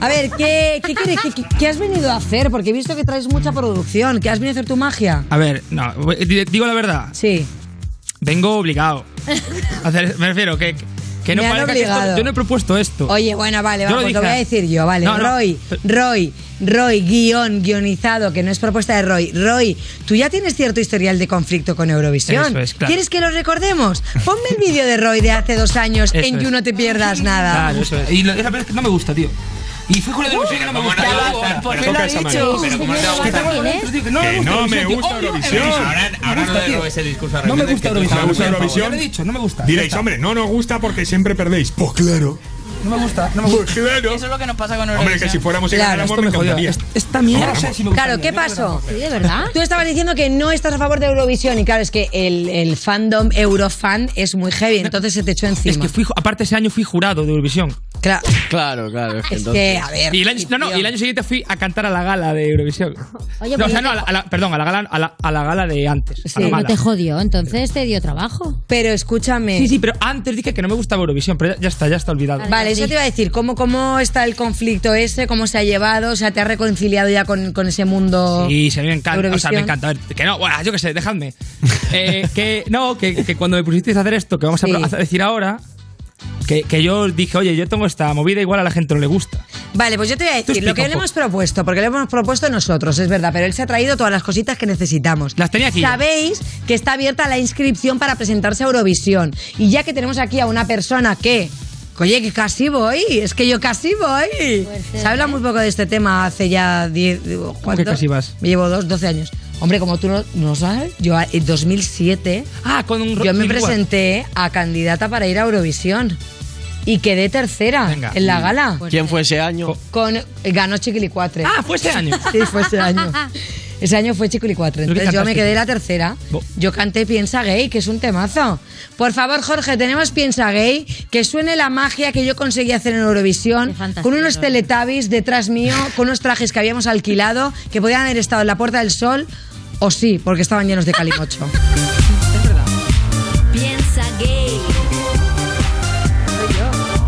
A ver, ¿qué, qué, quieres- qué- qué- qué has venido a hacer? Porque he visto que traes mucha producción. ¿Qué has venido a hacer tu magia?
A ver, no, di- digo la verdad.
Sí.
Vengo obligado. A hacer- me refiero que, que no
Me han
parezca que esto-
obligado.
yo no he propuesto esto.
Oye, bueno, vale,
Yo lo
vale, pues
dije.
lo voy a decir yo, vale.
No, no.
Roy, Roy, Roy, guión, guionizado, que no es propuesta de Roy. Roy, tú ya tienes cierto historial de conflicto con Eurovisión.
Eso es, claro.
¿Quieres que lo recordemos? Ponme el vídeo de Roy de hace dos años
Eso
en
es.
You No Te Pierdas Nada.
Claro, eso es. Y lo- esa vez que no me gusta, tío. Y fui con la televisión que no me gusta.
te
Luego,
gusta?
¿Por
Pero
qué lo ha
toca esa
dicho?
manera. Pero ¿cómo te va a
Que
gustar?
tengo dentro, tío, ¿eh? que no
Que no me
Eurovisión,
gusta
tío. Odio
Eurovisión. Ahora-
Me
ahora no
gusta,
le
tío.
robes el discurso a
No me
Reyes,
gusta
que tú
Eurovisión.
sabes que no te
Ya
gusta.
lo he dicho, no me gusta.
Diréis,
Ya está.
hombre, no nos gusta porque siempre perdéis. Pues claro.
No me gusta, no me gusta.
Pues claro.
Eso es lo que nos pasa con
Hombre, que si fuéramos y
Claro,
ganáramos,
esto
me
me jodió.
encantaría.
Est- Esta mierda, no sé si me gusta.
Claro, ¿qué pasó?
Sí,
de verdad. Tú estabas diciendo que no estás a favor de Eurovisión y claro, es que el, el fandom Eurofan es muy heavy, entonces se te echó encima.
Es que fui, ju- aparte ese año fui jurado de Eurovisión.
Claro.
Claro, claro.
que Es entonces- que, a ver,
Y el año, no, no, y el año siguiente fui a cantar a la gala de Eurovisión.
Oye,
no, o
pero
sea,
yo
no, a la, a la- perdón, a la gala, a la, a la gala de antes. a la
Pero no
mala.
te jodió, entonces te dio trabajo.
Pero escúchame.
Sí, sí, pero antes dije que no me gustaba Eurovisión, pero ya, ya está, ya está olvidado.
Vale, eso te iba a decir, ¿cómo, ¿cómo está el conflicto ese? ¿Cómo se ha llevado? O sea, ¿te has reconciliado ya con, con ese mundo?
Y se me encanta, o sea,
Eurovisión.
me encanta. A ver, que no, bueno, yo qué sé, dejadme. Eh, que no, que, que cuando me pusisteis a hacer esto, que vamos a
Sí.
pro- a decir ahora, que, que yo dije, oye, yo tengo esta movida, igual a la gente no le gusta.
Vale, pues yo te voy a decir lo
explica
que
un
le
poco.
hemos propuesto, porque lo hemos propuesto nosotros, es verdad, pero él se ha traído todas las cositas que necesitamos. Las
tenía aquí ya.
Sabéis que está abierta la inscripción para presentarse a Eurovisión. Y ya que tenemos aquí a una persona que. Oye, que casi voy, es que yo casi voy. Se habla muy poco de este tema hace ya 10.
¿Cómo que casi vas?
Me llevo dos, 12 años. Hombre, como tú no, no sabes, yo a- en 2007
Ah, con un
yo me
Miss World.
presenté a candidata para ir a Eurovisión y quedé tercera
Venga.
en la gala.
¿Quién fue ese año?
Con, eh, ganó Chiquilicuatre.
Ah, fue ese año.
Sí, fue ese año. Ese año fue Chiquilicuatre.
Pero qué
Entonces yo me
cantaste
quedé
tú.
la tercera.
Bo-
Yo canté Piensa Gay, que es un temazo. Por favor, Jorge, tenemos Piensa Gay, que suene la magia que yo conseguí hacer en Eurovisión, con unos teletubbies detrás mío, con unos trajes que habíamos alquilado, que podían haber estado en la Puerta del Sol, o sí, porque estaban llenos de calimocho.
Piensa gay.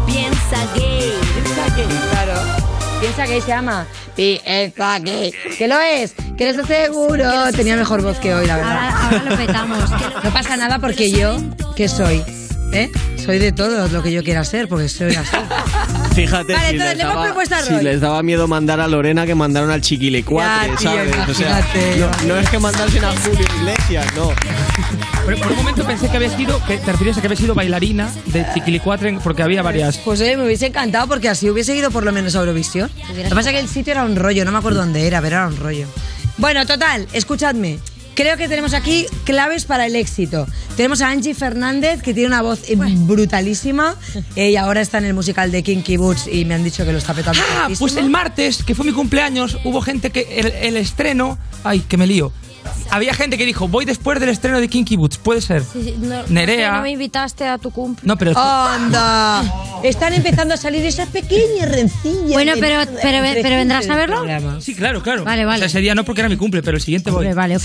Piensa gay. Piensa gay. Claro. Piensa gay se llama. Piensa gay. Que lo es. Que lo estoy seguro. Tenía mejor voz que hoy, la verdad.
Ahora, ahora lo petamos. que lo-
No pasa nada porque yo, ¿qué soy? ¿Eh? Soy de todo lo que yo quiera ser, porque soy así.
Fíjate
Vale,
si, les
entonces, le hemos
daba,
propuesto a
si
Roy.
les daba miedo mandar a Lorena que mandaron al Chiquilecuatre,
Ya, tío,
¿sabes? O sea,
imagínate.
no, no es que mandasen a Julio Iglesias, no.
Pero por un momento pensé que había sido, que te refieres a que había sido bailarina de Chiquilicuatre, porque había varias.
Pues oye, me hubiese encantado porque así hubiese ido por lo menos a Eurovisión. Lo que pasa es que el sitio era un rollo, no me acuerdo dónde era, pero era un rollo. Bueno, total, escuchadme. Creo que tenemos aquí claves para el éxito. Tenemos a Angie Fernández, que tiene una voz eh, brutalísima. Ella ahora está en el musical de Kinky Boots y me han dicho que lo está petando.
Ah,
fortísimo.
pues el martes, que fue mi cumpleaños, hubo gente que el, el estreno. Ay, que me lío. Había gente que dijo, voy después del estreno de Kinky Boots, puede ser.
Sí, sí, no,
Nerea.
es que No me invitaste a tu cumple.
No, pero-
¡Anda! Están empezando a salir esas pequeñas rencillas.
Bueno,
de-
pero- pero-
de-
pero
Este
¿vendrás a verlo?
Sí, claro, claro.
Vale,
O
vale.
sea, ese día no porque era mi cumple, pero el siguiente voy.
Vale, ok.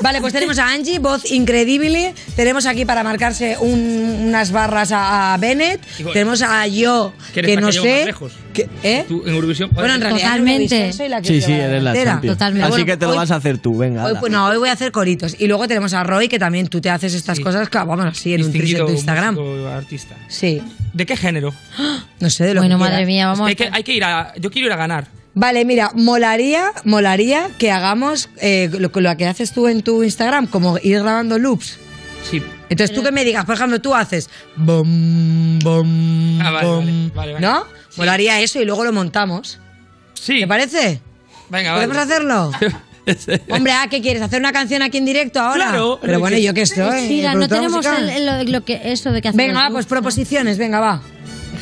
Vale, pues tenemos a Angie, voz increíble. Tenemos aquí para marcarse un- unas barras a, a Bennett.
Digo,
tenemos a yo,
¿Qué
que no sé.
¿Qué?
¿Eh?
Tú en Eurovisión.
Bueno, en realidad
Totalmente.
Eurovisión soy la que
Sí,
lleva
sí, eres la
delantera.
champion.
Totalmente.
Así
Bueno,
que te lo
hoy-
vas a hacer tú, venga.
Hoy,
hala.
pues no, hoy voy a hacer coritos. Y luego tenemos a Roy, que también tú te haces estas cosas, que, vamos, así en un tris de
Distinguido
tu Instagram. ¡Ah!
músico, artista.
Sí.
¿De qué género?
No sé, de lo
Bueno,
que
madre
quieras.
mía, vamos.
Hay que, hay que ir a. Yo quiero ir a ganar.
Vale, mira, molaría, molaría que hagamos eh, lo, que- lo que haces tú en tu Instagram, como ir grabando loops.
Sí.
Entonces tú que me digas, por ejemplo, tú haces bom, bom,
Ah, vale,
bom,
vale, vale, vale.
¿no? Molaría eso y luego lo montamos.
Sí.
¿Te parece?
Venga,
¿Podemos
vale.
hacerlo? Hombre, ¿ah, ¿qué quieres? ¿Hacer una canción aquí en directo ahora?
Claro,
Pero
lo
bueno,
que-
yo que soy.
Mira, no
productora
tenemos
musical.
el- el- lo, lo que, eso de que hacemos.
Venga, va, pues proposiciones, venga, va.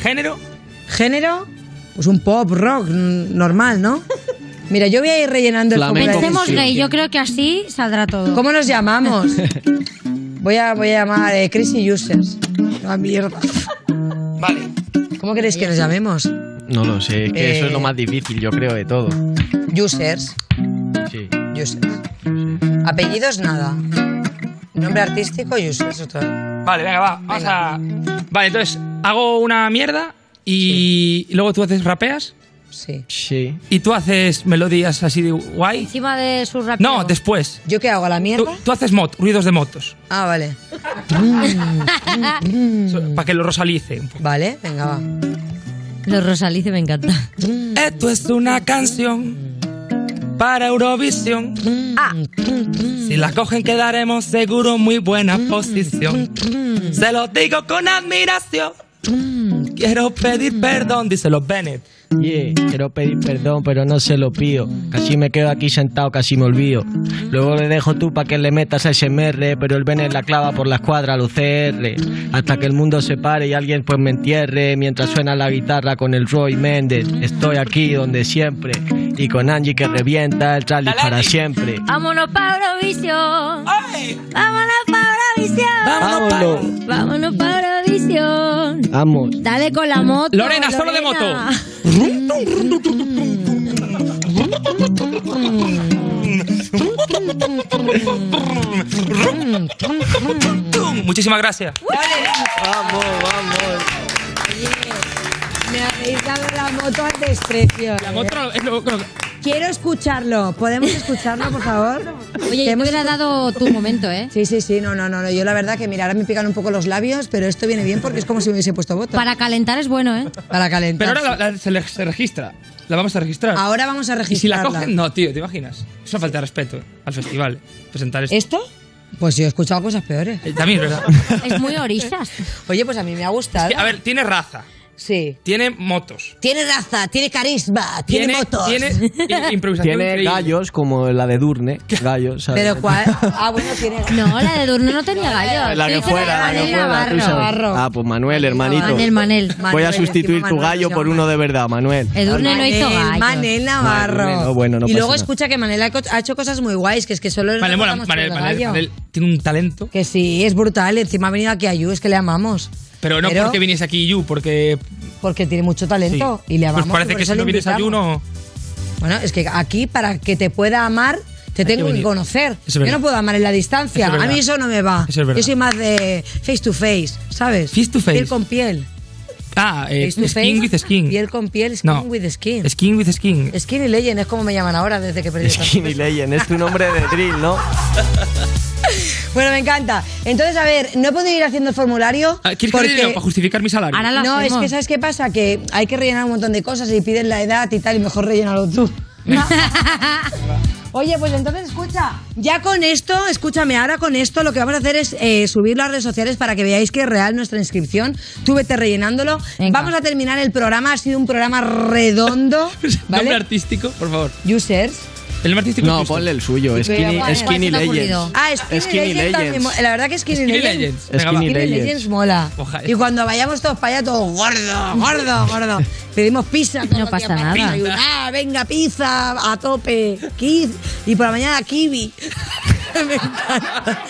¿Género?
¿Género? Pues un pop, rock, mm, normal, ¿no? Mira, yo voy a ir rellenando el
Pensemos
formulario.
gay, yo creo que así saldrá todo.
¿Cómo nos llamamos? Voy a, voy a llamar eh, Crazy Users. La mierda.
Vale.
¿Cómo queréis que nos llamemos?
No lo sé, es que eso
Eh.
es lo más difícil, yo creo, de todo.
Users.
Sí.
Users. Apellidos, nada. Nombre artístico, Users. otra
Vale, venga, va. Vamos a. Vale, entonces hago una mierda y y luego tú haces rapeas.
Sí.
Sí.
Y tú haces melodías así de guay.
Encima de su rap.
No, después.
¿Yo qué hago? ¿La
Tú,
mierda?
tú haces mod, ruidos de motos.
Ah, vale. Mm.
Para que lo rosalice un poco.
Vale, venga, va.
Los Rosalice me encanta.
Esto es una canción para Eurovisión. Si la cogen quedaremos seguro muy buena posición. Se lo digo con admiración. Quiero pedir perdón, dice los Bennett.
Yeah, quiero pedir perdón, pero no se lo pido. Casi me quedo aquí sentado, casi me olvido. Luego le dejo tú para que le metas a SMR, pero el Bennett la clava por la escuadra al UCR. Hasta que el mundo se pare y alguien pues me entierre mientras suena la guitarra con el Roy Méndez. Estoy aquí donde siempre y con Angie que revienta el trali para siempre.
Vámonos para Eurovisión. Vámonos para Eurovisión.
Vámonos.
Vámonos para Eurovisión.
Vamos.
Dale con la moto.
Lorena, solo de
Lorena.
Muchísimas gracias.
Vamos, vamos.
Me habéis dado la moto al desprecio.
La moto es lo- lo-
Quiero escucharlo. ¿Podemos escucharlo, por favor?
Oye, yo te hubiera dado tu momento, ¿eh?
Sí, sí, sí. No, no, no. no. Yo la verdad que, mira, ahora me pican un poco los labios, pero esto viene bien porque es como si me hubiese puesto voto.
Para calentar es bueno, ¿eh?
Para calentar.
Pero ahora la- la- se, le- se registra. La vamos a registrar.
Ahora vamos a
Y si la
registrarla.
cogen, no, tío, ¿te imaginas? Es una falta de respeto al festival. Presentar esto.
¿Esto? Pues yo he escuchado cosas peores.
Eh, También, ¿verdad?
Es muy orillas.
Oye, pues a mí me ha gustado.
a ver, tiene raza,
Sí.
tiene motos,
Tiene raza, tiene carisma, tiene, motos.
tiene i- improvisación.
Tiene
increíble.
gallos como la de Durne. Gallos, ¿sabes?
Pero cuál. Ah, bueno, tiene.
No, la de Durno no tenía gallo.
La que
Dice
fuera, la
Manel
que fuera.
Navarro.
tú sabes. Ah, pues Manuel, hermanito.
Manel, Manel.
Voy a
Manuel,
sustituir tu
encima
gallo
Manuel,
por uno de verdad, Manuel.
Edurne no hizo gallo.
Manel Navarro.
Manel, no, bueno, no
y
pasa
luego
nada.
escucha que Manel ha co- ha hecho cosas muy guays, que es que solo
Vale,
nos
mola,
dejamos
Manel,
por el
Manel,
gallo.
Manel tiene un talento.
Que sí, es brutal. Encima ha venido aquí a Yu, es que le amamos.
Pero no porque viniese aquí Yu, porque.
Porque tiene mucho talento
Sí.
y le amamos.
Pues parece
y por
que
eso
si
le
no vienes a Yu
invitamos.
no.
Bueno, es que aquí para que te pueda amar te tengo que
venir.
conocer.
Es
Yo
verdad.
no puedo amar en la distancia.
Eso es
a mí
verdad.
eso no me va.
Eso es verdad.
Yo soy más de face to face, ¿sabes?
Face to face.
Piel con piel.
Ah, eh,
Face to
skin
face,
with skin.
Piel con piel, skin
No.
with skin.
Skin with skin.
Skinny Legend es como me llaman ahora desde que perdí. el
Skinny Legend, es tu nombre de drill, ¿no?
tatuaje. Bueno, me encanta. Entonces, a ver, no he podido ir haciendo el formulario.
Ah, ¿Quieres que
porque...
le diga para justificar mi salario?
no, es que ¿sabes qué pasa? Que hay que rellenar un montón de cosas y piden la edad y tal, y mejor rellénalo tú. Oye, pues entonces escucha, ya con esto, escúchame, ahora con esto lo que vamos a hacer es eh, subirlo a redes sociales para que veáis que es real nuestra inscripción. Tú vete rellenándolo. Vamos a terminar el programa, ha sido un programa redondo,
Nombre
¿vale?
artístico, por favor.
Users.
El nombre artístico
No, ponle el suyo.
Pero
Skinny,
igual,
Skinny
igual se me ha
Legends.
Ah, Skinny,
Skinny
Legends, también
Legends.
mo- La verdad que Skinny,
Skinny
Legends.
Legends. Venga, va.
Skinny
Legends.
Legends. mola.
Ojalá.
Y cuando vayamos todos para allá, todos gordos, gordos, gordos. Pedimos pizza. todos los
pasa
días para
nada.
desayunar. "Ah, venga, pizza a tope. Kid. Y por la mañana, kiwi. Me encanta.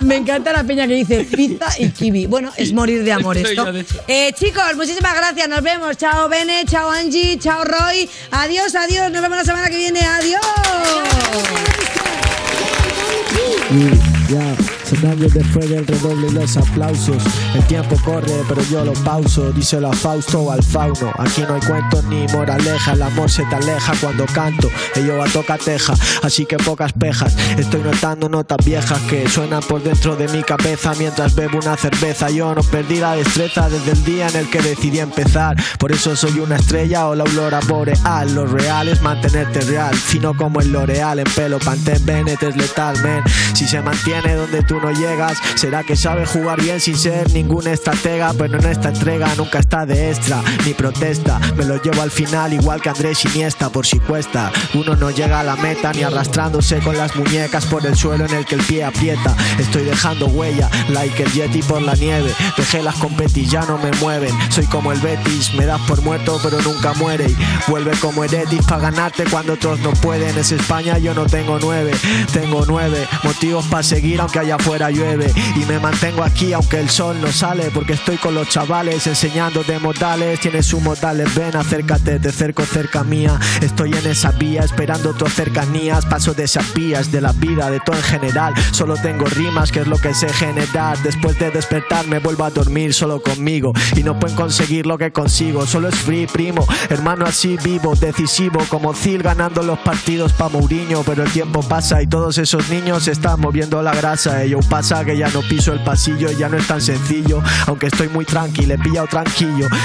Me encanta la peña que dice pizza y kiwi. Bueno, es morir de amor
Estoy
esto.
ya, de hecho.
Eh, chicos, muchísimas gracias. Nos vemos. Chao, Bene. Chao, Angie. Chao, Roy. Adiós, adiós. Nos vemos la semana que viene. Adiós.
Y ya, sonando después del redoble los aplausos. El tiempo corre, pero yo lo pauso. Díselo a Fausto o al fauno. Aquí no hay cuentos ni moraleja. El amor se te aleja cuando canto. Ello a toca teja, así que pocas pejas. Estoy notando notas viejas que suenan por dentro de mi cabeza mientras bebo una cerveza. Yo no perdí la destreza desde el día en el que decidí empezar. Por eso soy una estrella o la aurora boreal. Lo real es mantenerte real, fino como el L'Oreal. En pelo, Pantene, Bennett es letal, men. Si se mantiene donde tú no llegas, será que sabe jugar bien sin ser ningún estratega. Pero en esta entrega nunca está de extra, ni protesta. Me lo llevo al final, igual que Andrés Iniesta, por si cuesta. Uno no llega a la meta ni arrastrándose con las muñecas por el suelo en el que el pie aprieta. Estoy dejando huella, like el Yeti por la nieve. Dejé las competis, ya no me mueven. Soy como el Betis, me das por muerto, pero nunca muere. Y vuelve como Heretis para ganarte cuando otros no pueden. Es España, yo no tengo nueve, tengo nueve motivos para seguir, aunque allá afuera llueve. Y me mantengo aquí, aunque el sol no sale, porque estoy con los chavales enseñándote modales. Tienes un modales, ven, acércate, te cerco, cerca mía. Estoy en esa vía, esperando tu cercanías. Paso de esas vías, de la vida, de todo en general. Solo tengo rimas, que es lo que sé generar. Después de despertar, me vuelvo a dormir solo conmigo. Y no pueden conseguir lo que consigo, solo es free, primo. Hermano, así vivo, decisivo, como Zil ganando los partidos pa' Mourinho. Pero el tiempo pasa y todos esos niños están moviendo la grasa. Ello pasa que ya no piso el pasillo, ya no es tan sencillo. Aunque estoy muy tranqui, le he pillado tranquillo.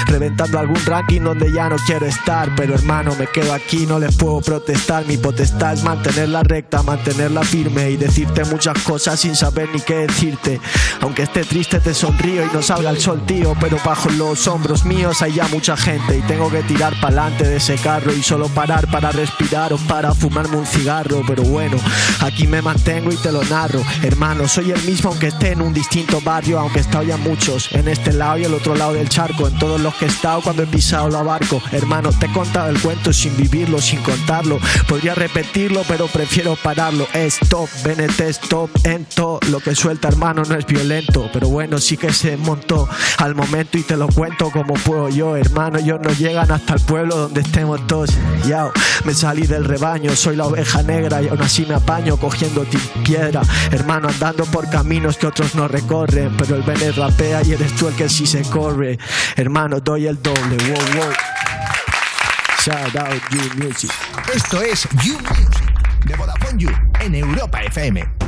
Reventando algún ranking donde ya no quiero estar. Pero hermano, me quedo aquí, no les puedo protestar. Mi potestad es mantenerla recta, mantenerla firme y decirte muchas cosas sin saber ni qué decirte. Aunque esté triste, te sonrío y no salga el sol, tío. Pero bajo los hombros míos hay ya mucha gente y tengo que tirar pa'lante de ese carro y solo parar para respirar o para fumarme un cigarro. Pero bueno, aquí me mantengo y te lo narro. Hermano, soy el mismo aunque esté en un distinto barrio, aunque he estado ya en muchos, en este lado y el otro lado del charco, en todos los que he estado cuando he pisado la barco. Hermano, te he contado el cuento sin vivirlo, sin contarlo. Podría repetirlo, pero prefiero pararlo. Stop, BNT, stop, en todo. Lo que suelta, hermano, no es violento, pero bueno, sí que se montó al momento y te lo cuento como puedo yo. Hermano, ellos no llegan hasta el pueblo donde estemos todos. Yao, me salí del rebaño, soy la oveja negra y aún así me apaño cogiendo ti- piedra. Hermano, andando por caminos que otros no recorren, pero el Bene rapea y eres tú el que sí se corre. Hermano, doy el doble, wow, wow. Shout out, You Music.
Esto es You Music de Vodafone You en Europa FM.